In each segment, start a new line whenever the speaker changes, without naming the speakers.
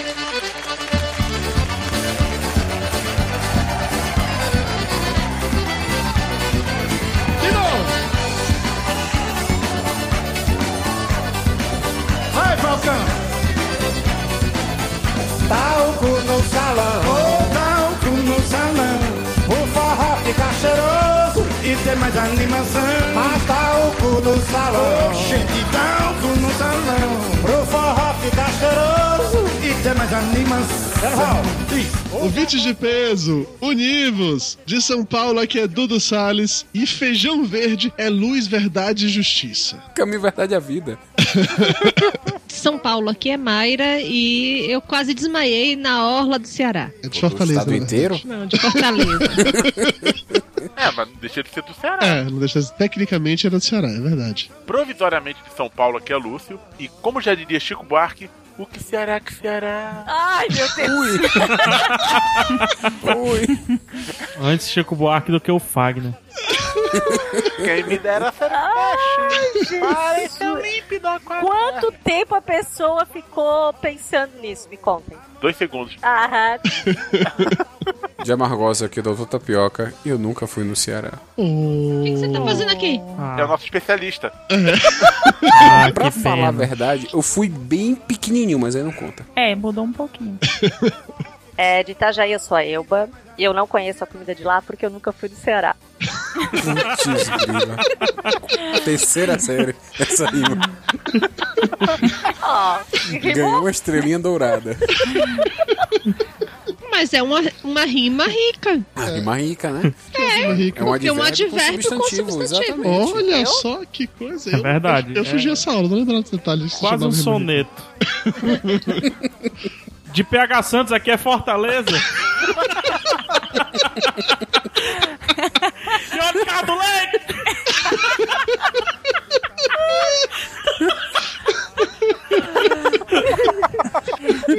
De novo! Vai, Falcão!
Talco no salão,
Ô, talco Oh, no salão,
o forró fica cheiroso,
e tem mais animação.
mas talco no salão.
Oxe, de talco no salão,
Pro forró fica cheiroso,
e tem mais animação. Isso.
Ouvintes de peso, univos! De São Paulo aqui é Dudu Salles e feijão verde é luz, verdade e justiça.
Caminho, verdade é a vida.
São Paulo, aqui é Mayra e eu quase desmaiei na orla do Ceará.
É de
o
Fortaleza,
estado
né?
inteiro?
Não, de Fortaleza.
É, mas não deixa de ser do Ceará.
É, não deixa, tecnicamente era do Ceará, é verdade.
Provisoriamente de São Paulo, aqui é Lúcio. E como já diria Chico Buarque, o que Ceará que Ceará?
Ai, meu Deus.
Ui! Ui!
Antes Chico Buarque do que o Fagner.
Quem me dera essa peste. Parece um límpido aquário.
Quanto tempo a pessoa ficou pensando nisso? Me contem. Ah,
Dois segundos.
Aham.
De Amargosa aqui, doutor Tapioca, e eu nunca fui no Ceará.
O que, que você tá fazendo aqui?
É o nosso especialista.
Ah,
Pra
que
falar a
pena.
verdade, eu fui bem pequenininho, mas aí não conta.
É, mudou um pouquinho.
É, de Itajaí eu sou a Elba. E eu não conheço a comida de lá porque eu nunca fui do Ceará.
Putz, grila. Terceira série, essa rima.
Ó,
Ganhou uma estrelinha dourada.
Mas é uma, uma rima rica.
A rima rica, né?
Rima Rica.
É um
Porque é um
advérbio com
advérbio com
substantivo,
substantivo.
exatamente.
Olha
eu?
só que coisa.
É
eu-
verdade,
Eu, eu fugi
é.
essa aula, não lembrava dos detalhes. que se
Quase um
chamava Rima Rica.
soneto. De PH Santos aqui é Fortaleza. Senhor de Cabo Leite!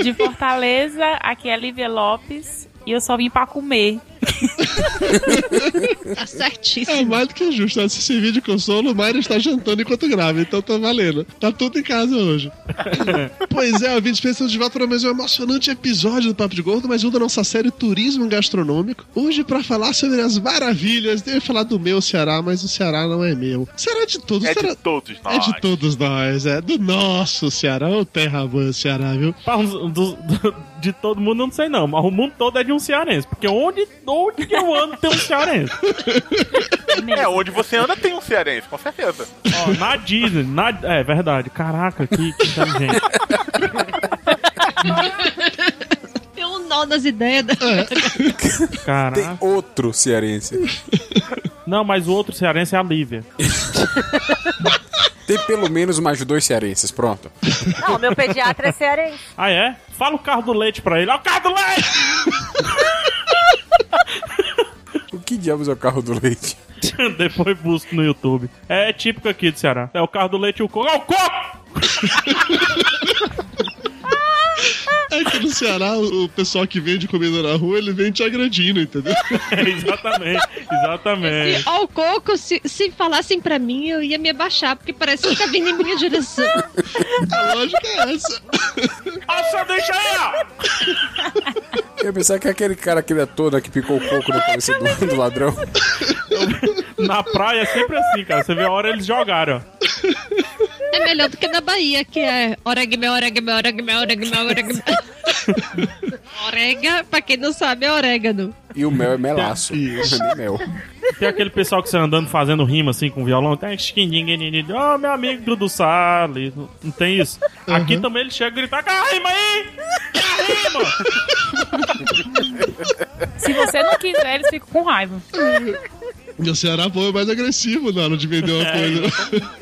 De Fortaleza, aqui é Lívia Lopes. E eu só vim pra comer.
Tá
É
certíssimo.
mais do que justo. né? Se servir de consolo, o Mário está jantando enquanto grava, então tá valendo. Tá tudo em casa hoje. pois é, ouvintes, pensando de volta para mais um emocionante episódio do Papo de Gordo, mais um da nossa série Turismo Gastronômico. Hoje, para falar sobre as maravilhas, devo falar do meu Ceará, mas o Ceará não é meu. Ceará de todos,
É
Ceará...
de todos
É
nós.
de todos nós, é do nosso Ceará, ô terra boa Ceará, viu?
Pá, uns- um dos- do- de todo mundo, eu não sei não, mas o mundo todo é de um cearense. Porque onde, onde que eu ando tem um cearense?
É, onde você anda tem um cearense, com certeza.
Ó, na Disney, na, é verdade. Caraca, que, que inteligente.
Tem um nó nas ideias. né? da-
Tem
Caraca.
outro cearense.
Não, mas o outro cearense é a Lívia.
Tem pelo menos mais dois cearenses, pronto.
não, meu pediatra é cearense.
Ah, é? Fala o carro do leite pra ele. Ó, o carro do leite!
O que diabos é o carro do leite?
Depois busco no YouTube. É típico aqui do Ceará. É o carro do leite e o coco. É o coco!
É que no Ceará, o o pessoal que vende comida na rua, ele vende te agredindo, entendeu?
É, exatamente, exatamente.
Se, ó, o coco, se, se falassem pra mim, eu ia me abaixar, porque parece que tá vindo em minha direção.
A lógica é essa.
Ó, o sanduíche aí, ó!
Eu pensava que aquele cara, aquele ator né, que picou o coco no cabeça do, do ladrão.
Na praia é sempre assim, cara. Você vê a hora eles jogaram, ó.
É melhor do que na Bahia, que é oregme, oregme, oregme, oregme, oregme. Orega, pra quem não sabe, é orégano.
E o mel é melaço.
Isso.
Não é nem mel.
Tem aquele pessoal que você andando fazendo rima assim com violão. Tem chiquindinguinindinho. Ó, meu amigo Dudu Salles. Não tem isso? Aqui também ele chega e grita: "Quer a rima aí! Quer a rima!
Se você não quiser, eles ficam com raiva.
E o Ceará pô, é mais agressivo na hora de vender uma coisa.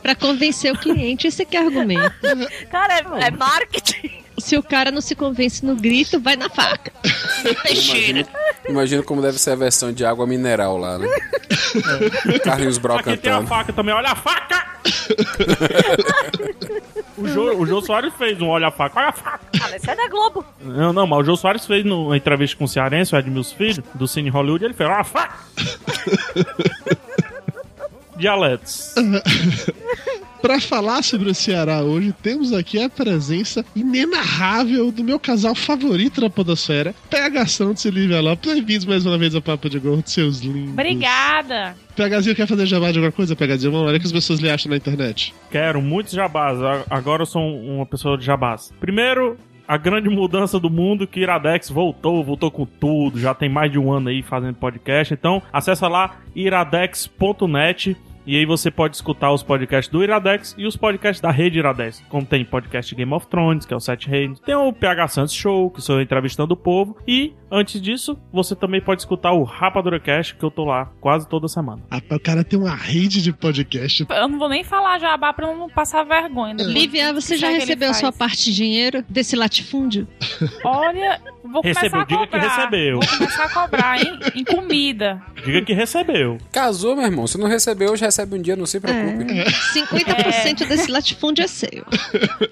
Pra convencer o cliente, esse aqui é argumento.
Cara, é, é marketing.
Se o cara não se convence no grito, vai na faca. Peixeira.
Imagina como deve ser a versão de água mineral lá, né? Carlinhos Brau
Aqui tem a
Tá cantando.
faca também, olha a faca! o, Jô, o Jô Soares fez um olha a faca, olha a faca!
Ah, mas isso é da Globo.
Não, não, mas o Jô Soares fez numa entrevista com o cearense, o Edmilson Filho, do Cine Hollywood, ele fez olha a faca! dialetos.
Pra falar sobre o Ceará hoje, temos aqui a presença inenarrável do meu casal favorito da Podosfera, PH de Silvia Lopes. Bem-vindos mais uma vez ao Papo de Gordo, seus lindos.
Obrigada.
PHzinho quer fazer jabá de alguma coisa, PHzinho? Vamos ver o que as pessoas lhe acham na internet.
Quero muitos jabás. A- Agora eu sou um- uma pessoa de jabás. Primeiro, a grande mudança do mundo que Iradex voltou, voltou com tudo. Já tem mais de um ano aí fazendo podcast. Então, acessa lá iradex.net. E aí você pode escutar os podcasts do Iradex e os podcasts da rede Iradex. Como tem podcast Game of Thrones, que é o Sete Reinos. Tem o PH Santos Show, que sou eu entrevistando o povo. E, antes disso, você também pode escutar o RapaduraCast, que eu tô lá quase toda semana.
Ah, O cara tem uma rede de podcast.
Eu não vou nem falar jabá pra não passar vergonha. depois.
Lívia, você já
Sabe que ele
recebeu a
faz?
sua parte de dinheiro desse latifúndio?
Olha, vou começar
Recebeu,
a
diga
cobrar.
que recebeu.
Vou começar a cobrar, hein? Em comida.
Diga que recebeu.
Casou, meu irmão. Se não recebeu hoje, recebe um dia, não se preocupe.
50% desse latifúndio é seu.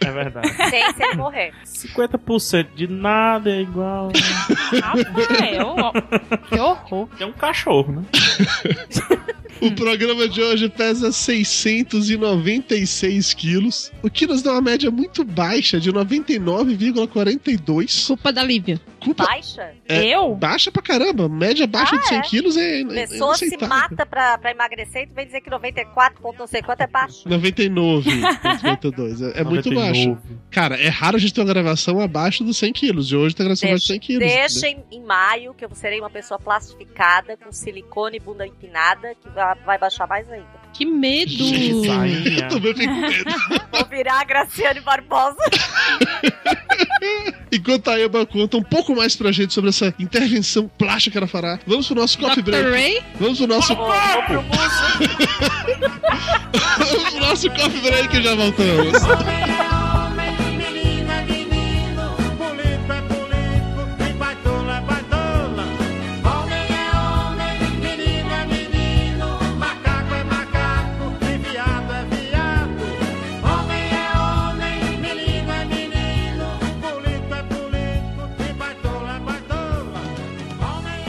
É verdade.
Sem sem morrer.
50% de nada é igual.
Rafael, ó, que horror.
É um cachorro, né?
O programa de hoje pesa 696 quilos, o que nos dá uma média muito baixa de 99,42.
Culpa da Lívia.
Culpa
Baixa?
Eu?
Tipo, baixa pra caramba. Média baixa
Ah,
de 100
é?
quilos é, é
Pessoa se
inaceitável.
mata pra, pra emagrecer e tu vem dizer que 94 ponto não sei quanto é baixo.
99,52. É, é muito baixo. Cara, é raro a gente ter uma gravação abaixo dos 100 quilos. E hoje tem gravação abaixo de 100 quilos.
Deixa em, em maio que eu serei uma pessoa plastificada, com silicone e bunda empinada, que va- vai baixar mais ainda.
Que medo!
Gente,
Sainha.
Eu também fico com medo.
Vou virar a Graciane Barbosa.
Enquanto a Eva conta um pouco mais pra gente sobre essa intervenção plástica que ela fará, vamos pro nosso coffee
Dr.
break.
Ray?
Vamos pro nosso,
Vou, vou pro buço.
vamos pro nosso coffee break e já voltamos.
Bonito é bonito, quem baitola é baitola. Homem é homem, menino é menino, macaco é macaco, e viado é viado. Homem é homem, menino é menino, bonito é bonito, quem baitola é baitola. Homem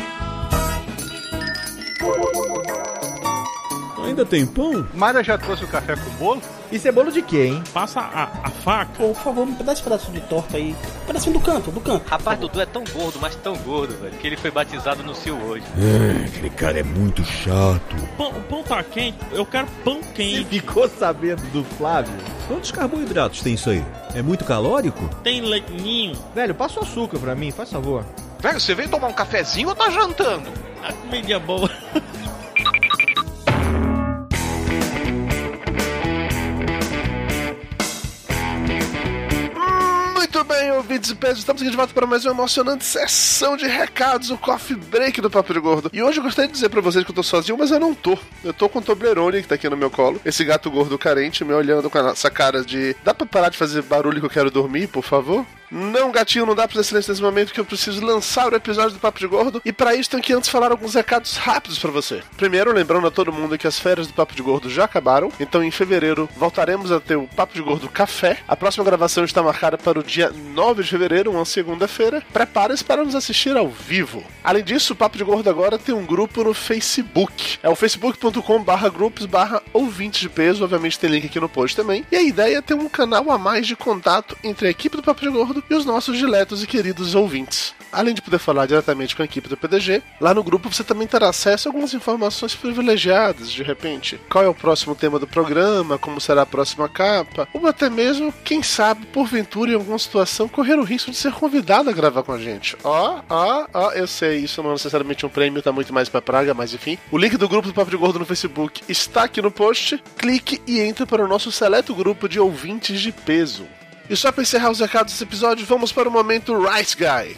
é
Ainda tem pão?
Mara já trouxe o café com bolo?
Isso é bolo de quê, hein?
Passa a, a faca.
Pô, por favor, me dá esse pedaço de torta aí. Um pedacinho do canto, do canto.
Rapaz, Dudu é tão gordo, mas tão gordo, velho, que ele foi batizado no Sil hoje.
Aquele cara é muito chato.
Pão, o pão tá quente. Eu quero pão
E
quente.
ficou sabendo do Flávio? Quantos carboidratos tem isso aí? É muito calórico?
Tem leitinho.
Velho, passa o açúcar pra mim, faz favor.
Velho, você veio tomar um cafezinho ou tá jantando?
A comida é boa.
Muito bem, ouvintes e pesos, estamos aqui de volta para mais uma emocionante sessão de recados, o Coffee Break do Papo de Gordo. E hoje eu gostaria de dizer para vocês que eu tô sozinho, mas eu não tô. Eu tô com o Toblerone, que tá aqui no meu colo, esse gato gordo carente, me olhando com essa cara de... Dá pra parar de fazer barulho que eu quero dormir, por favor? Não, gatinho, não dá pra fazer silêncio nesse momento que eu preciso lançar o episódio do Papo de Gordo. E para isso, tenho que antes falar alguns recados rápidos para você. Primeiro, lembrando a todo mundo que as férias do Papo de Gordo já acabaram. Então, em fevereiro, voltaremos a ter o Papo de Gordo Café. A próxima gravação está marcada para o dia 9 de fevereiro, uma segunda-feira. Prepare-se para nos assistir ao vivo. Além disso, o Papo de Gordo agora tem um grupo no Facebook. É o facebook.com barra grupos barra ouvintes de peso. Obviamente tem link aqui no post também. E a ideia é ter um canal a mais de contato entre a equipe do Papo de Gordo e os nossos diletos e queridos ouvintes. Além de poder falar diretamente com a equipe do PDG, lá no grupo você também terá acesso a algumas informações privilegiadas, de repente. Qual é o próximo tema do programa, como será a próxima capa, ou até mesmo, quem sabe, porventura, em alguma situação, correr o risco de ser convidado a gravar com a gente. Ó, ó, ó, eu sei, isso não é necessariamente um prêmio, tá muito mais pra praga, mas enfim. O link do grupo do Papo de Gordo no Facebook está aqui no post. Clique e entre para o nosso seleto grupo de ouvintes de peso. E só pra encerrar os recados desse episódio, vamos para o momento Rice Guy.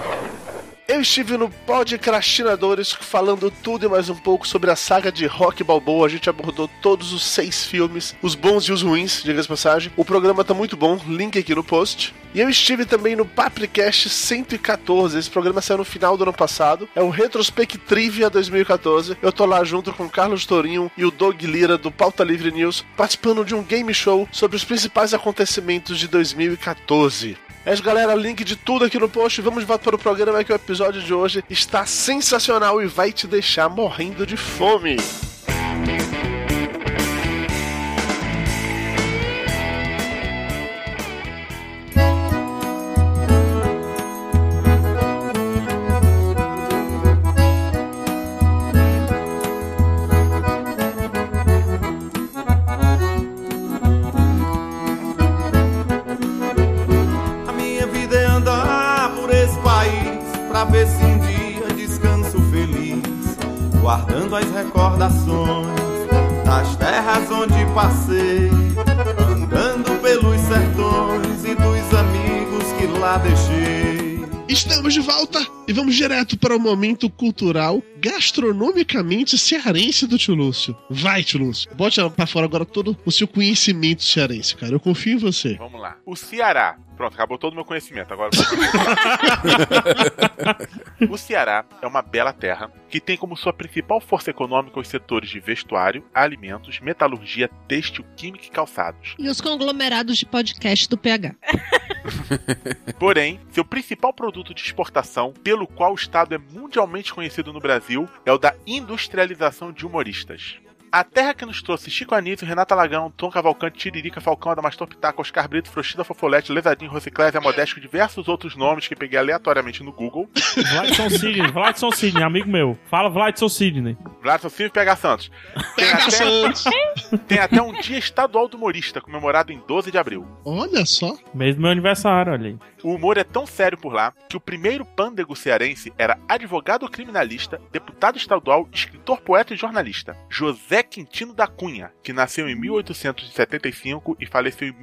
Eu eu estive no pau de crastinadores falando tudo e mais um pouco sobre a saga de Rock Balboa. A gente abordou todos os seis filmes, os bons e os ruins, diga-se de passagem. O programa tá muito bom, link aqui no post. E eu estive também no Papricast 114. Esse programa saiu no final do ano passado. É o Retrospectrivia 2014. Eu tô lá junto com o Carlos Tourinho e o Doug Lira do Pauta Livre News, participando de um game show sobre os principais acontecimentos de 2014. É isso, galera. Link de tudo aqui no post. Vamos de volta para o programa que o episódio de hoje está sensacional e vai te deixar morrendo de fome.
A minha vida é andar por esse país pra ver se um dia descanso feliz, guardando as recordações das terras onde passei, andando pelos sertões e dos amigos que lá deixei.
Estamos de volta e vamos direto para o momento cultural gastronomicamente cearense do tio Lúcio. Vai, tio Lúcio. Bote pra fora agora todo o seu conhecimento cearense, cara. Eu confio em você.
Vamos lá. O Ceará. Pronto, acabou todo o meu conhecimento. Agora. o Ceará é uma bela terra que tem como sua principal força econômica os setores de vestuário, alimentos, metalurgia, têxtil, química e calçados.
E os conglomerados de podcast do PH.
Porém, seu principal produto de exportação, pelo qual o estado é mundialmente conhecido no Brasil, é o da industrialização de humoristas. A terra que nos trouxe Chico Anísio, Renata Lagão, Tom Cavalcante, Tiririca, Falcão, Adamastor Pitaco, Oscar Brito, Frouxida Fofolete, Lesadinho, Rociclés, Modeste e diversos outros nomes que peguei aleatoriamente no Google.
Vladson Sidney, Vladson Sidney, amigo meu. Fala Vladson Sidney.
Vladson Silva e PH Santos. Tem até, tem até um dia estadual do humorista, comemorado em 12 de abril.
Olha só.
Mês do meu aniversário, olha aí.
O humor é tão sério por lá que o primeiro pândego cearense era advogado criminalista, deputado estadual, escritor, poeta e jornalista. José Quintino da Cunha, que nasceu em 1875 e faleceu em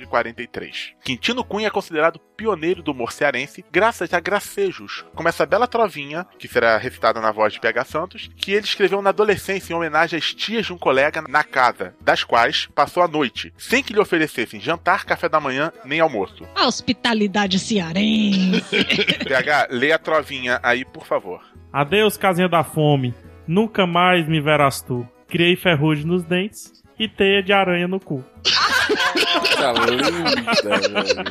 1943. Quintino Cunha é considerado pioneiro do humor cearense graças a gracejos, como essa bela trovinha, que será recitada na voz de PH Santos, que ele escreveu na adolescência em homenagem às tias de um colega na casa, das quais passou a noite, sem que lhe oferecessem jantar, café da manhã nem almoço.
A hospitalidade cearense.
PH, lê a trovinha aí, por favor.
Adeus, casinha da fome. Nunca mais me verás tu. Criei ferrugem nos dentes e teia de aranha no cu.
Tá linda,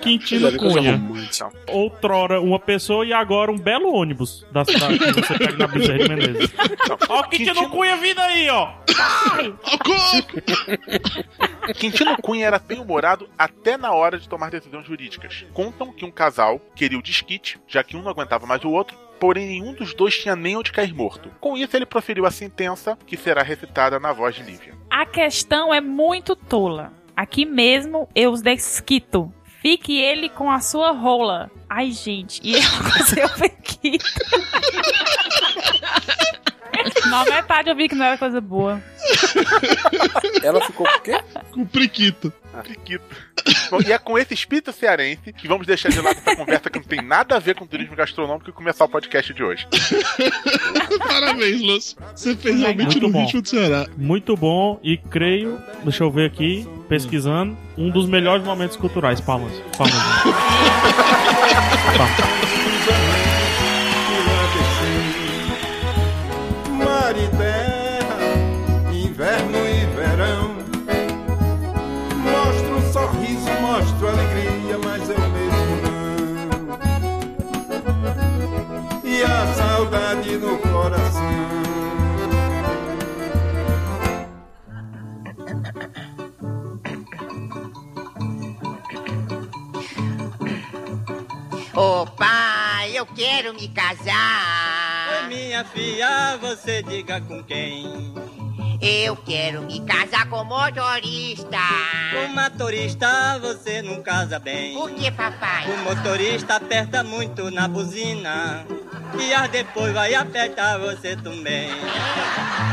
Quintino
Olha, é coisa
Cunha.
romântica.
Outrora uma pessoa e agora um belo ônibus da cidade que você pega na Bezerra de Menezes. Ó, o Quintino Cunha vindo aí, ó.
Quintino Cunha era bem-humorado até na hora de tomar decisões jurídicas. Contam que um casal queria o desquite, já que um não aguentava mais o outro, porém nenhum dos dois tinha nem onde cair morto. Com isso, ele proferiu a sentença, que será recitada na voz de Lívia.
A questão é muito tola. Aqui mesmo eu os desquito. Fique ele com a sua rola. Ai, gente, e eu com o seu pequito. Na metade eu vi que não era coisa boa.
Ela ficou com o quê?
Com priquito.
Bom, e é com esse espírito cearense que vamos deixar de lado essa conversa que não tem nada a ver com turismo gastronômico e começar o podcast de hoje.
Parabéns, Lúcio. Você fez realmente
Muito
no
bom.
ritmo do Ceará.
Muito bom e creio, deixa eu ver aqui, pesquisando, um dos melhores momentos culturais, palmas. palmas.
Mar e terra, inverno e verão. Mostro um sorriso, mostro alegria, mas eu mesmo não. E a saudade no coração.
Ô pai, eu quero me casar.
Oi, minha filha, você diga com quem?
Eu quero me casar com motorista.
Com motorista você não casa bem.
Por que, papai?
O motorista aperta muito na buzina. E as depois vai apertar você também.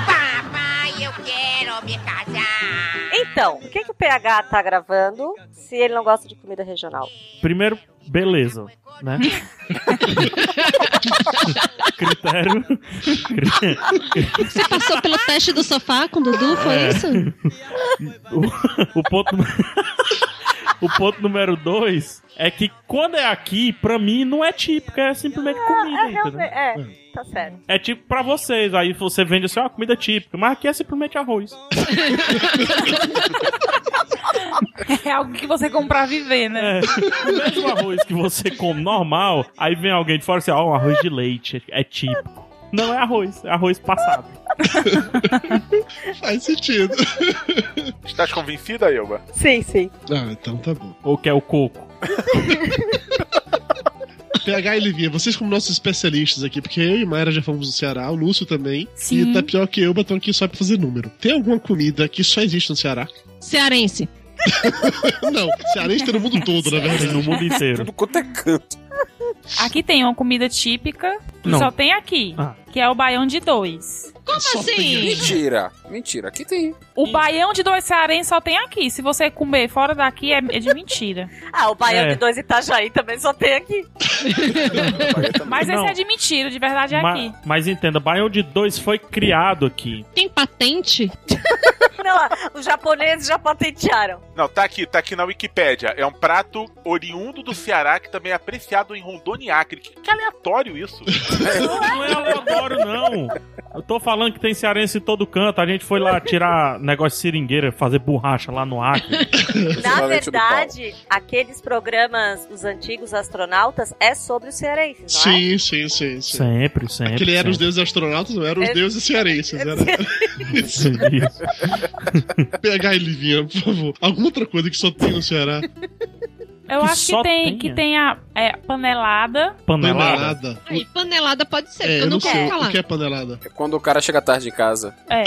Papai, eu
Eu quero me casar.
Então, o que, que o PH tá gravando se ele não gosta de comida regional?
Primeiro, beleza, né? Critério.
Você passou pelo teste do sofá com o Dudu, foi
É.
isso?
o, o ponto. O ponto número dois é que quando é aqui, pra mim não é típico, é
Ah,
simplesmente comida.
é,
entendeu?
realmente, é, tá certo.
É tipo pra vocês, aí você vende assim uma comida típica, mas aqui é simplesmente arroz.
É algo que você comprar viver, né?
É, O mesmo arroz que você come normal, aí vem alguém de fora e assim, ó, um arroz de leite, é típico. Não é arroz, é arroz passado.
Faz sentido.
Estás convencida, Elba?
Sim, sim.
Ah, então tá bom.
Ou quer o coco?
PH e Livinha, vocês como nossos especialistas aqui, porque eu e Mayra já fomos no Ceará, o Lúcio também,
Sim.
e tá Tapioca e Elba estão aqui só pra fazer número. Tem alguma comida que só existe no Ceará?
Cearense.
Não, cearense tem no mundo todo, na verdade.
No mundo inteiro.
Tudo quanto é canto.
Aqui tem uma comida típica que
Não.
só tem aqui,
Ah.
que é o baião de dois. Como
assim?
Mentira, mentira. Aqui tem.
O baião de dois cearense só tem aqui. Se você comer fora daqui, é, é de mentira.
Ah, o baião
É.
de dois Itajaí também só tem aqui.
Mas
Não.
esse é de mentira, de verdade é
Ma-
aqui.
mas entenda, Baião de dois foi criado aqui.
Tem patente?
Não, os japoneses já patentearam.
Não, tá aqui, tá aqui na Wikipédia. É um prato oriundo do Ceará que também é apreciado em Rondônia e Acre. Que, que aleatório isso.
Não é aleatório, não. Eu tô falando que tem cearense em todo canto. A gente foi lá tirar negócio de seringueira, fazer borracha lá no Acre.
Na
Equivalente do pau.
verdade, aqueles programas, os antigos astronautas, é sobre os cearenses, não é?
Sim, sim, sim, sim.
Sempre, sempre.
Aquele era os
sempre.
deuses astronautas, não eram os
É-
deuses cearenses. né? Era... Isso.
Isso.
PH e Livinha, por favor. Alguma outra coisa que só tem no Ceará?
Eu
Que
acho
só
que tem,
tem,
que
é?
tem a é, panelada.
Panelada.
Aí, panelada pode ser, porque
É,
eu
eu
não
não sei
quero
o
falar.
que
é panelada?
É quando o cara chega tarde em casa.
É.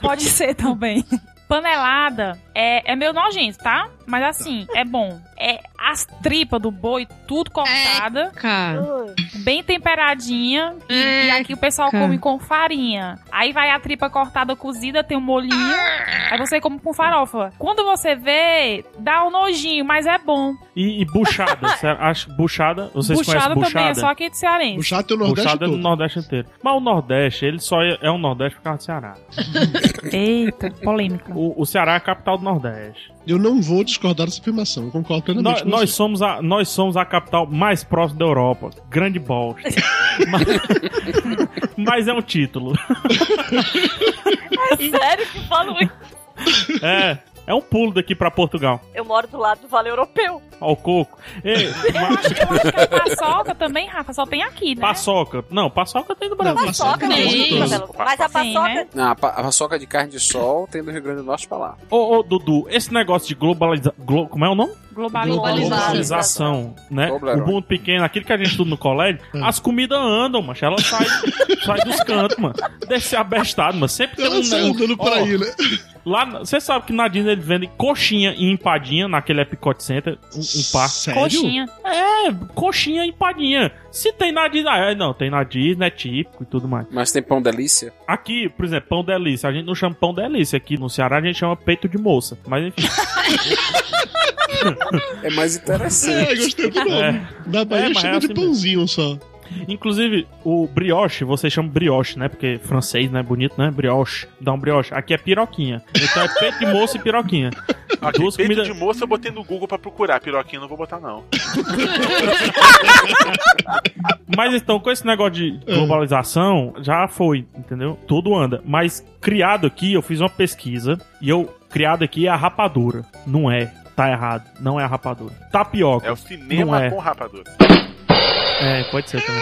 Pode ser também. Panelada é, é meio nojento, tá? Mas assim, é bom. É as tripas do boi, tudo cortada. Bem temperadinha. E,
É.
e aqui o pessoal
Eca.
come com farinha. Aí vai a tripa cortada, cozida, tem um molhinho. Aí você come com farofa. Quando você vê, dá um nojinho, mas é bom.
E, e buchada. cê acha buchada? Vocês
buchada
conhecem
também,
buchada?
é só aqui de cearense.
Buchada
Buchada é no Nordeste inteiro. Mas o Nordeste, ele só é, é um Nordeste por causa do Ceará.
Eita, polêmica.
O, o Ceará é a capital do Nordeste.
Eu não vou discordar dessa afirmação, eu concordo plenamente
Nós,
com
nós
você.
somos a, nós somos a capital mais próxima da Europa. Grande bosta. mas, mas é um título.
É sério que falam isso?
É, é um pulo daqui pra Portugal.
Eu moro do lado do Vale Europeu.
Ó, o coco. Ei,
é Paçoca também, Rafa, só tem aqui, né?
paçoca. Não, paçoca tem no Brasil.
Paçoca tem, mas a paçoca...
né?
Não, Ah, a, pa a paçoca de carne de sol tem do Rio Grande do Norte pra lá.
Ô, ô, Dudu, esse negócio de globalização. como é o nome?
Globalização.
Globalização, né?
Toblerone.
O mundo pequeno, aquilo que a gente estuda no colégio, as comidas andam, mas elas saem sai dos cantos, mano. Deve ser abestado, mano. Sempre tem
Elas
um
saem andando por aí, né?
Lá, você sabe que na Disney eles vendem coxinha e empadinha naquele Epicote Center, um, um par.
Sério? Coxinha?
É, coxinha e empadinha. Se tem na Disney, ah, é, não, tem na Disney, é típico e tudo mais.
Mas tem pão delícia?
Aqui, por exemplo, pão delícia. A gente não chama pão delícia. Aqui no Ceará a gente chama peito de moça. Mas enfim.
É mais
É, gostei do nome. Da Bahia
É, mas
chama
é
de
assim
pãozinho só.
Inclusive, o brioche, vocês chamam brioche, né? Porque francês, né? Bonito, né? Brioche. Dá um brioche. Aqui é piroquinha. Então é peito de moça e piroquinha.
Ok,
Duas
é peito
comidas.
de moça eu botei no Google pra procurar. Piroquinha não vou botar, não.
Mas então, com esse negócio de globalização, já foi, entendeu? Tudo anda. Mas criado aqui, eu fiz uma pesquisa e eu. Criado aqui é a rapadura. Não é. Tá errado. Não é a rapadura. Tapioca.
É o
não
cinema
é.
com rapadura.
É, pode ser também.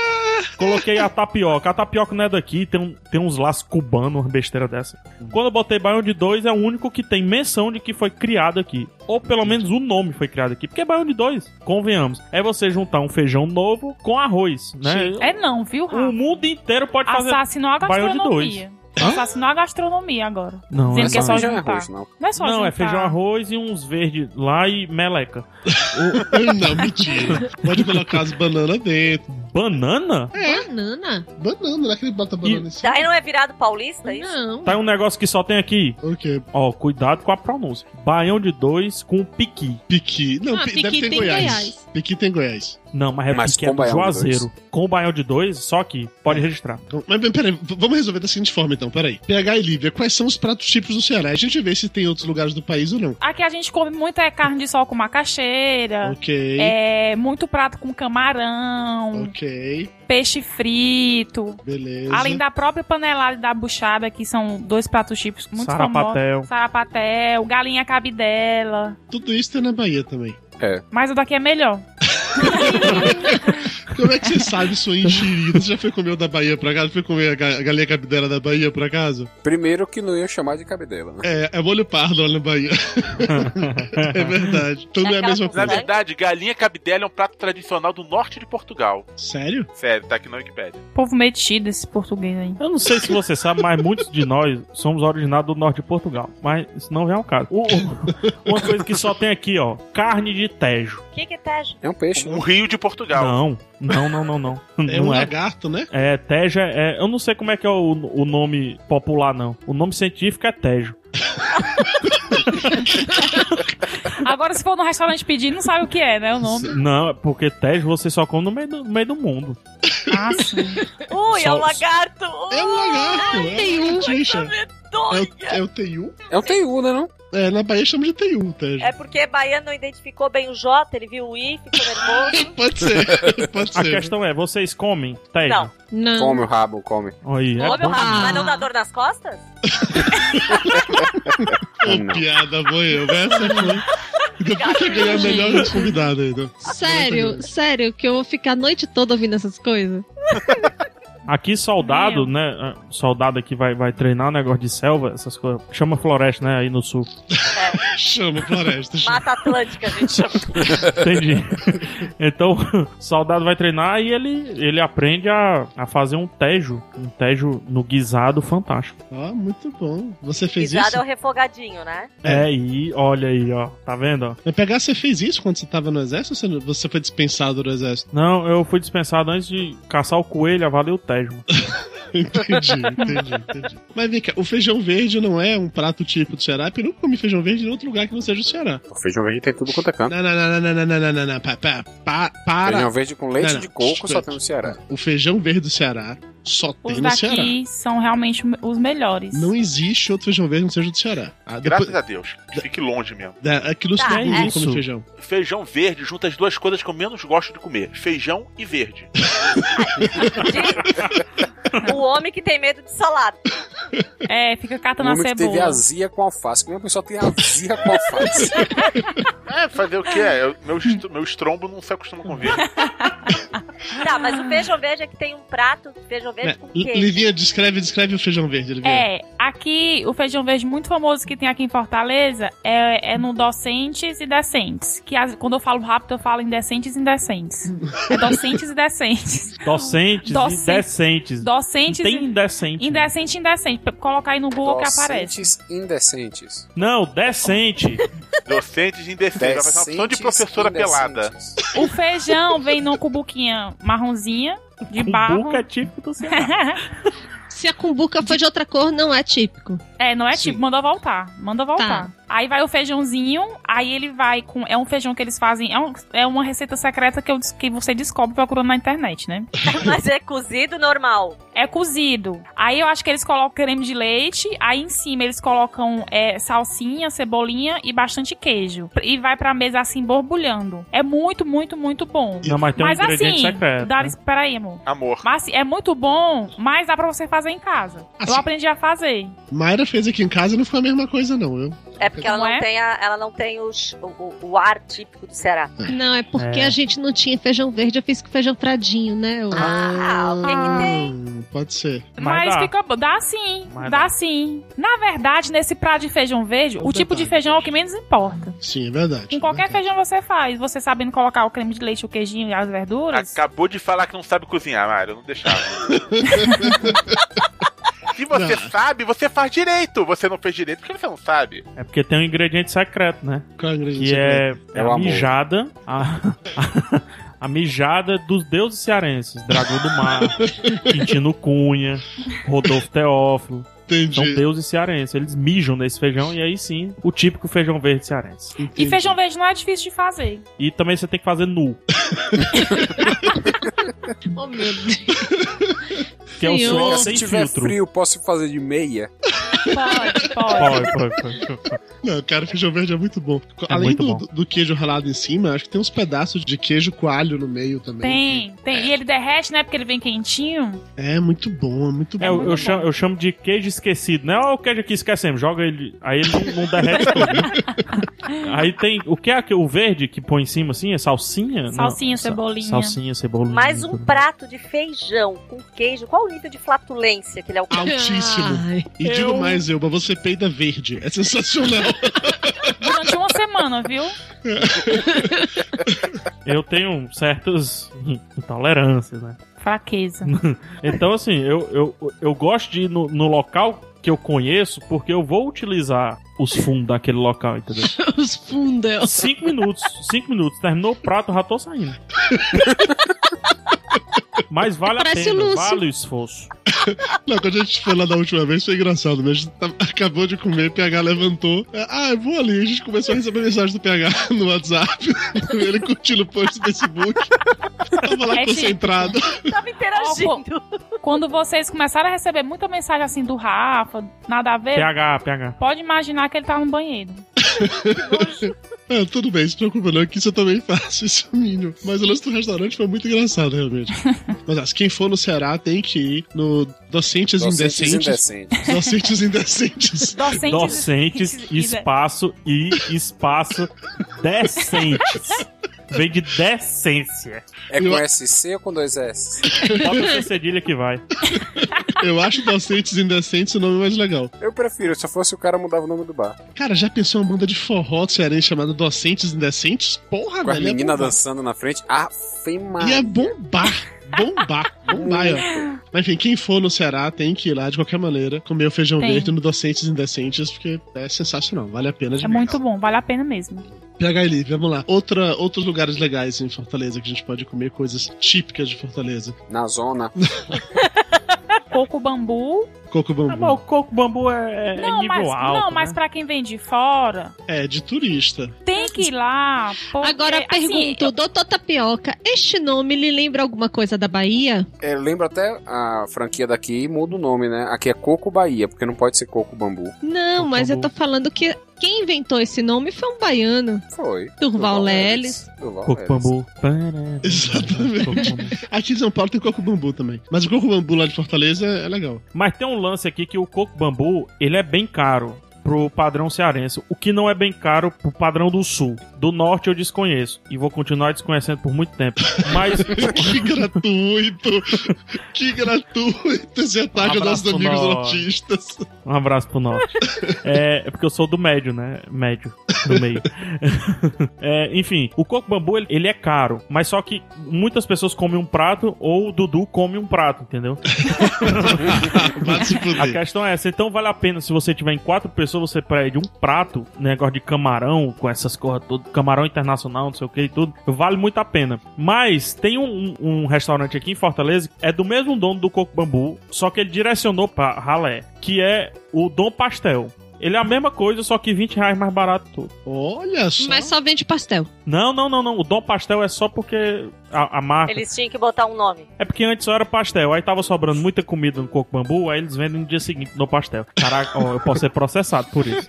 Coloquei a tapioca. A tapioca não é daqui, tem, um- tem uns laços cubanos, uma besteira dessa. Quando eu botei Baião de Dois, é o único que tem menção de que foi criado aqui. Ou pelo menos o nome foi criado aqui. Porque Baião de Dois, convenhamos, é você juntar um feijão novo com arroz, né?
É não, viu, Rafa?
O mundo inteiro pode fazer
Assassinou a
baião de
gastronomia. Assassinou a gastronomia agora.
Não,
Dizendo
é
que é só
feijão e
juntar.
arroz, não.
é só
não,
juntar.
é feijão, arroz e uns verdes lá e meleca.
Não, mentira. Pode colocar as bananas dentro.
Hum.
Banana?
É,
banana?
Banana, naquele bota banana. assim.
Daí não é virado paulista isso?
Não.
Tá aí um negócio que só tem aqui.
O quê?
Ó, cuidado com a pronúncia. Baião de dois com piqui.
Piqui. Não,
Ah,
pi-
piqui
deve ter em
tem
Goiás.
Goiás.
Piqui tem em Goiás.
Não, mas é
Mas
piqui
com
é do
baião de dois.
Juazeiro. Com o baião de dois, só que pode registrar.
Então, Mas bem, peraí, v- vamos resolver da seguinte forma então, peraí. PH e Lívia, quais são os pratos típicos do Ceará? A gente vê se tem outros lugares do país ou não.
Aqui a gente come muito é carne de sol com macaxeira.
Ok.
É, muito prato com camarão.
Ok.
Peixe frito.
Beleza.
Além da própria panelada e da buchada, que são dois pratos típicos muito
Sarapatel.
famosos. Sarapatel. é, Galinha cabidela.
Tudo isso tem na Bahia também.
É.
Mas o daqui é melhor.
Como é que você sabe sua enxerida? Você já foi comer o da Bahia pra casa? Foi comer a ga- a galinha cabidela da Bahia pra casa?
Primeiro que não ia chamar de cabidela, né?
É, é molho pardo lá na Bahia. é verdade. Então não é a mesma
Na
coisa.
verdade, galinha cabidela é um prato tradicional do norte de Portugal.
Sério?
Sério, tá aqui na Wikipédia.
Povo metido esse português aí.
Eu não sei se você sabe, mas muitos de nós somos originados do norte de Portugal. Mas isso não é o caso. O- o- uma coisa que só tem aqui, ó: carne de tejo.
O que, que é tejo?
É um peixe.
Um rio de Portugal.
Não, não, não, não, não.
É
Não
um lagarto, né?
É, tejo é. é- Eu não sei como é que é o, o nome popular, não. O nome científico é tejo.
Agora, se for no restaurante pedir, não sabe o que é, né? O nome.
Não, é porque tejo você só come no meio do, no meio do mundo.
Ah, sim.
Ui, é
Só-
um lagarto!
É um lagarto.
Ai,
é
um,
uma lagartixa.
doido.
É o, é o Teiu?
É o Teiu, né, não?
É, na Bahia chama de Teiu, tá?
É porque Baiano não identificou bem o J, ele viu o I, ficou nervoso.
Pode ser,
A questão é: vocês comem tejo?
Não.
Não.
Come o rabo, come.
Aí, é
Ô, meu
bom.
rabo, mas não dá dor nas costas?
é
Ô, piada boa eu. Essa foi. Depois Então, que ganhar melhor então? dos convidados ainda.
Sério, sério, que eu vou ficar a noite toda ouvindo essas coisas.
Aqui soldado, né? ah, Soldado aqui vai, vai treinar um negócio de selva, essas coisas. Chama floresta, né? Aí no sul.
Chama floresta.
Mata Atlântica, a gente chama.
Entendi. Então, o soldado vai treinar e ele, ele aprende a, a fazer um tejo. Um tejo no guisado fantástico.
Ah, muito bom. Você fez
Guisado
isso?
é o refogadinho, né?
É, e olha aí, ó. Tá vendo? ó?
é
Mas É, pegar, você fez isso quando você tava no exército ou você não- você foi dispensado do exército?
Não, eu fui dispensado antes de caçar o coelho, a valer o tejo.
entendi, entendi, entendi. Mas vem cá, o feijão verde não é um prato típico do Ceará, porque eu nunca comi feijão verde em outro lugar que não seja o Ceará.
O feijão verde tem tudo quanto é canto.
Não, não, não, não, não, não, não, não, não, pa, pa, pa, para.
Feijão verde com leite
Não, não.
de coco só
Espera.
tem no Ceará.
O feijão verde do Ceará só
Os
tem no Ceará.
daqui são realmente os melhores.
Não existe outro feijão verde que não seja do Ceará. Ah,
Graças a Deus. Fique longe mesmo.
Da- Aqui no
Tá,
sul
né?
é.
ninguém come
Isso.
feijão.
Feijão verde junta as duas coisas que eu menos gosto de comer: feijão e verde.
O homem que tem medo de salada.
É, fica
O
catando a
homem que teve
cebola.
azia com alface. Como é que a pessoa tem azia com alface?
É, fazer o quê? Eu- Meu, est- meu estrombo não se acostuma com verde.
Tá, mas o feijão verde é que tem um prato de feijão verde com
Li-
queijo.
Livinha, descreve, descreve o feijão verde, Livinha.
É, aqui o feijão verde muito famoso que tem aqui em Fortaleza é, é no docentes e decentes. Que as- quando eu falo rápido, eu falo indecentes e indecentes. É docentes e decentes.
Docentes
Docentes.
e decentes.
Docentes
Tem né?
e...
indecente.
Indecente e indecente. Pra Colocar aí no Google que aparece.
Docentes indecentes.
Não, decente.
Docentes e indecentes. Vai fazer uma opção de
Decentes
professora
e decentes.
pelada.
O feijão vem num cubuquinha marronzinha, de barro.
Cumbuca é típico do
Se a cumbuca foi de outra cor, não é típico. Tá.
É, não é tipo, manda voltar, manda voltar. Aí vai o feijãozinho, aí ele vai com. É um feijão que eles fazem, é, um- é uma receita secreta que, eu des- que você descobre procurando na internet, né?
Mas é cozido normal.
É cozido. Aí eu acho que eles colocam creme de leite, aí em cima eles colocam é, salsinha, cebolinha e bastante queijo. E vai pra mesa assim, borbulhando. É muito, muito, muito bom.
Não, mas tem um ingrediente
assim,
secreto,
Dá,
né?
peraí, amor.
Amor.
Mas assim, é muito bom, mas dá pra você fazer em casa. Eu aprendi a fazer.
Assim, Mayra fez aqui em casa e não foi a mesma coisa, não. Eu...
É porque ela não,
Não é?
tem, a- ela não tem os- o, o- o ar típico do Ceará.
Não, é porque
É.
a gente não tinha feijão verde, eu fiz com feijão fradinho, né? ô?
Ah, o que que tem?
Hum, Pode ser.
Mas,
Ah.
fica bom. Dá sim,
Mas
dá,
dá.
sim. Na verdade, nesse prato de feijão verde, o tipo de feijão é o que menos importa.
Sim, é verdade.
Com qualquer feijão você faz, você sabendo colocar o creme de leite, o queijinho e as verduras.
Acabou de falar que não sabe cozinhar, Mário. Não deixava. Se você sabe, você faz direito. Você não fez direito porque você não sabe.
É porque tem um ingrediente secreto, né?
Qual é o ingrediente
que
secreto?
é,
É
é
o
a
amor.
mijada, a, A mijada dos deuses cearenses. Dragão do Mar, Quintino Cunha, Rodolfo Teófilo.
Entendi.
São deuses cearenses. Eles mijam nesse feijão e aí sim, o típico feijão verde cearense.
E feijão verde não é difícil de fazer.
E também você tem que fazer nu.
Oh, meu Deus.
Que é o Senhor. suor sem
Se tiver
filtro.
frio, posso fazer de meia?
Pode,
Pode, pode, pode.
Não, cara, feijão verde é muito bom.
É
Além
muito
do,
bom.
do queijo ralado em cima, acho que tem uns pedaços de queijo coalho no meio também.
Tem, tem. E ele derrete, né? Porque ele vem quentinho.
É muito bom, é muito bom.
É, eu, eu chamo, eu chamo de queijo esquecido. Não é o queijo aqui esquecemos, joga ele. Aí ele não derrete tudo. né? Aí tem. O que é aquele- o verde que põe em cima assim? É salsinha? Não,
Salsinha,
sa-
cebolinha.
Salsinha, cebolinha.
Mais um prato de feijão com queijo. Qual o nível de flatulência que ele é alcança?
Altíssimo. e
eu-
digo mais, Elba, você peida verde. É sensacional.
Durante uma semana, viu?
Eu tenho certas intolerâncias, né?
Fraqueza.
então, assim, eu, eu, eu gosto de ir no, no local que eu conheço porque eu vou utilizar os fundos daquele local, entendeu?
Os fundos.
Cinco minutos, cinco minutos. Terminou o prato, eu já tô saindo. Mas vale a
Parece
pena,
o Lúcio.
vale o esforço.
Não, quando a gente foi lá da última vez, foi engraçado. né? A gente tava- acabou de comer, PH levantou. É, Ah, eu vou ali. A gente começou a receber mensagem do PH no WhatsApp. Ele curtindo o post do Facebook. Tava lá
É tipo-
concentrado.
Tava interagindo. Quando vocês começaram a receber muita mensagem assim do Rafa, nada a ver,
PH, PH.
pode imaginar que ele tá no banheiro.
É, tudo bem, se preocupa não, que isso eu também faço, isso é o mínimo. Mas o lance do restaurante foi muito engraçado, realmente. Mas assim, quem for no Ceará tem que ir no Docentes,
Docentes
Indecentes.
Indecentes.
Docentes Indecentes.
Docentes, espaço e espaço decentes. Vem de decência.
É com SC ou com dois S?
Bota essa cedilha que vai.
Eu acho Docentes Indecentes o nome mais legal.
Eu prefiro, se eu fosse o cara, mudava o nome do bar.
Cara, já pensou uma banda de forró do cearense chamada Docentes Indecentes? Porra,
com as
velho. é
meninas
bombar.
dançando na frente. Ah, foi
E é bombar. Bombar. Bombar. ó. Mas enfim, quem for no Ceará tem que ir lá de qualquer maneira comer o feijão
Tem.
verde no Docentes Indecentes, porque é sensacional, vale a pena
É
demais.
muito bom, vale a pena mesmo.
PH Eli, vamos lá. Outra, outros lugares legais em Fortaleza que a gente pode comer coisas típicas de Fortaleza.
Na zona.
Coco bambu.
Coco
Tá
bambu.
Tá o coco bambu é, né?
não, mas, não, mas pra quem vem de fora,
É, de turista.
tem que ir lá. porque,
Agora
assim,
pergunto, doutor Tapioca, este nome lhe lembra alguma coisa da Bahia?
É, lembra até a franquia daqui e muda o nome, né? Aqui é Coco Bahia, porque não pode ser Coco Bambu.
Não, mas eu tô falando que quem inventou esse nome foi um baiano.
Foi.
Durval Leles.
Durval
Coco
Leles.
bambu.
Exatamente. Aqui em São Paulo tem coco bambu também. Mas o coco bambu lá de Fortaleza é legal.
Mas tem um lance aqui que o coco bambu, ele é bem caro pro padrão cearense, o que não é bem caro pro padrão do sul. Do norte eu desconheço e vou continuar desconhecendo por muito tempo. Mas
que gratuito. Que gratuito esse ataque
Um
aos nossos
abraço,
amigos
nó.
nortistas.
Um abraço pro norte. É, é porque eu sou do médio, né? Médio, do meio. É, enfim, o coco bambu ele, ele é caro, mas só que muitas pessoas comem um prato ou o Dudu come um prato, entendeu? a questão é essa. Então vale a pena se você tiver em quatro pessoas, você pede um prato, né, negócio de camarão, com essas coisas tudo, camarão internacional, não sei o que e tudo. Vale muito a pena. Mas tem um, um- um restaurante aqui em Fortaleza, é do mesmo dono do coco bambu, só que ele direcionou pra ralé, que é o Dom Pastel. Ele é a mesma coisa, só que 20 reais mais barato tudo.
Olha só.
Mas só vende pastel.
Não, não, não, não. O Dom Pastel é só porque a, a marca.
Eles tinham que botar um nome.
É porque antes só era pastel, aí tava sobrando muita comida no coco bambu, aí eles vendem no dia seguinte no pastel. Caraca, ó, eu posso ser processado por isso.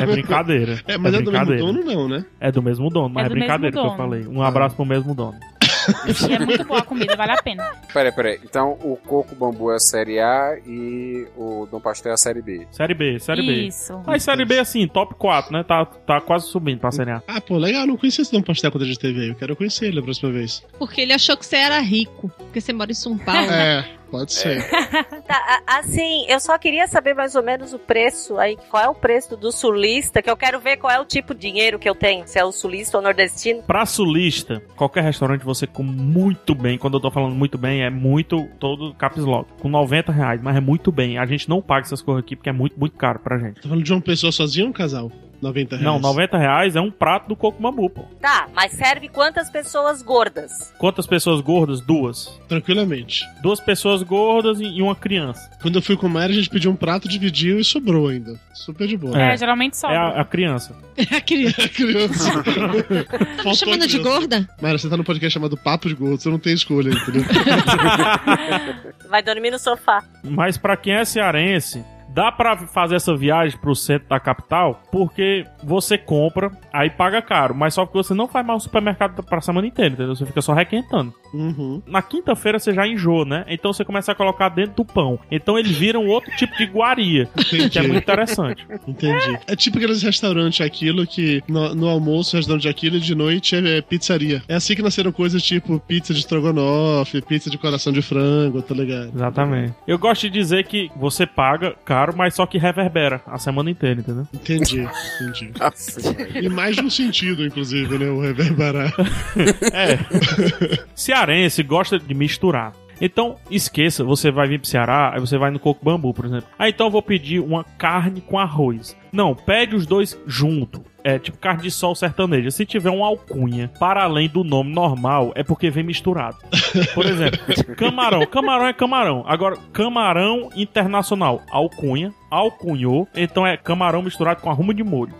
É brincadeira.
É, mas é, do mesmo
brincadeira.
dono, não, né?
É do mesmo dono, mas
É
é,
do mesmo
brincadeira que eu
dono.
falei. Um abraço pro mesmo dono.
E é muito boa a comida, vale a pena.
Peraí, peraí. Então o Coco Bambu é a série A e o Dom Pastel é a série B.
Série B, série B.
Isso.
Aí série B assim, top 4, né? Tá, tá quase subindo pra série A.
Ah, pô, legal. Não conhecia esse Dom Pastel quando a gente teve aí. Eu quero conhecer ele a próxima vez.
Porque ele achou que você era rico. Porque você mora em São Paulo.
É, pode ser.
Tá, a- assim, eu só queria saber mais ou menos o preço aí, qual é o preço do sulista, que eu quero ver qual é o tipo de dinheiro que eu tenho, se é o sulista ou nordestino.
Pra sulista, qualquer restaurante você come muito bem. Quando eu tô falando muito bem, é muito todo caps lock. Com 90 reais, mas é muito bem. A gente não paga essas coisas aqui porque é muito, muito caro pra gente.
Tá falando de uma pessoa sozinha ou um casal? 90 reais.
Não, 90 reais é um prato do coco mambu, pô.
Tá, mas serve quantas pessoas gordas?
Quantas pessoas gordas? Duas.
Tranquilamente.
Duas pessoas gordas e uma criança.
Quando eu fui com a Mari, a gente pediu um prato, dividiu e sobrou ainda. Super de boa.
É, geralmente sobra.
É a, a criança.
É a criança.
criança.
tá me chamando de gorda?
Mari, você tá no podcast chamado Papo de Gordo, você não tem escolha, entendeu?
Vai dormir no sofá.
Mas pra quem é cearense, dá pra fazer essa viagem pro centro da capital, porque você compra, aí paga caro, mas só porque você não faz mais um supermercado pra semana inteira, entendeu? Você fica só requentando.
Uhum,
Na quinta-feira você já enjoa, né? Então você começa a colocar dentro do pão. Então ele vira um outro tipo de guaria, que é muito interessante.
Entendi. É tipo aqueles restaurantes aquilo que no, no almoço, restaurante aquilo e de noite é, é pizzaria. É assim que nasceram coisas tipo pizza de estrogonofe, pizza de coração de frango, tá ligado?
Exatamente. Eu gosto de dizer que você paga caro, mas só que reverbera a semana inteira, entendeu?
Entendi, entendi. E mais de um sentido, inclusive, né? O reverberar.
É. Cearense gosta de misturar. Então, esqueça, você vai vir pro Ceará, aí você vai no coco bambu, por exemplo. Ah, então eu vou pedir uma carne com arroz. Não, pede os dois junto. É tipo carne de sol sertaneja. Se tiver uma alcunha para além do nome normal, é porque vem misturado. Por exemplo, camarão. Camarão é camarão. Agora, camarão internacional. Alcunha, alcunhou. Então é camarão misturado com arruma de molho.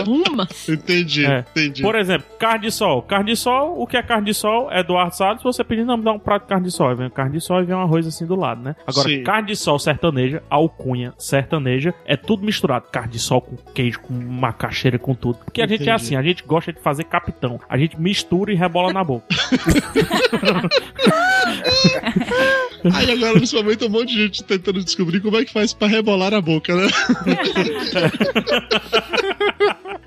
Arruma?
Entendi,
É.
entendi.
Por exemplo, carne de sol. Carne de sol, o que é carne de sol? Eduardo Salles, você pedir, não, me dá um prato de carne de sol. Aí Vem carne de sol e vem um arroz assim do lado, né? Agora,
Sim.
carne de sol sertaneja, alcunha sertaneja, é tudo misturado. Carne de sol com queijo, com macaxeira, com tudo. Porque a gente é
Entendi.
assim, a gente gosta de fazer capitão. A gente mistura e rebola na boca.
Aí agora, nesse momento, um monte de gente tentando descobrir como é que faz pra rebolar a boca, né?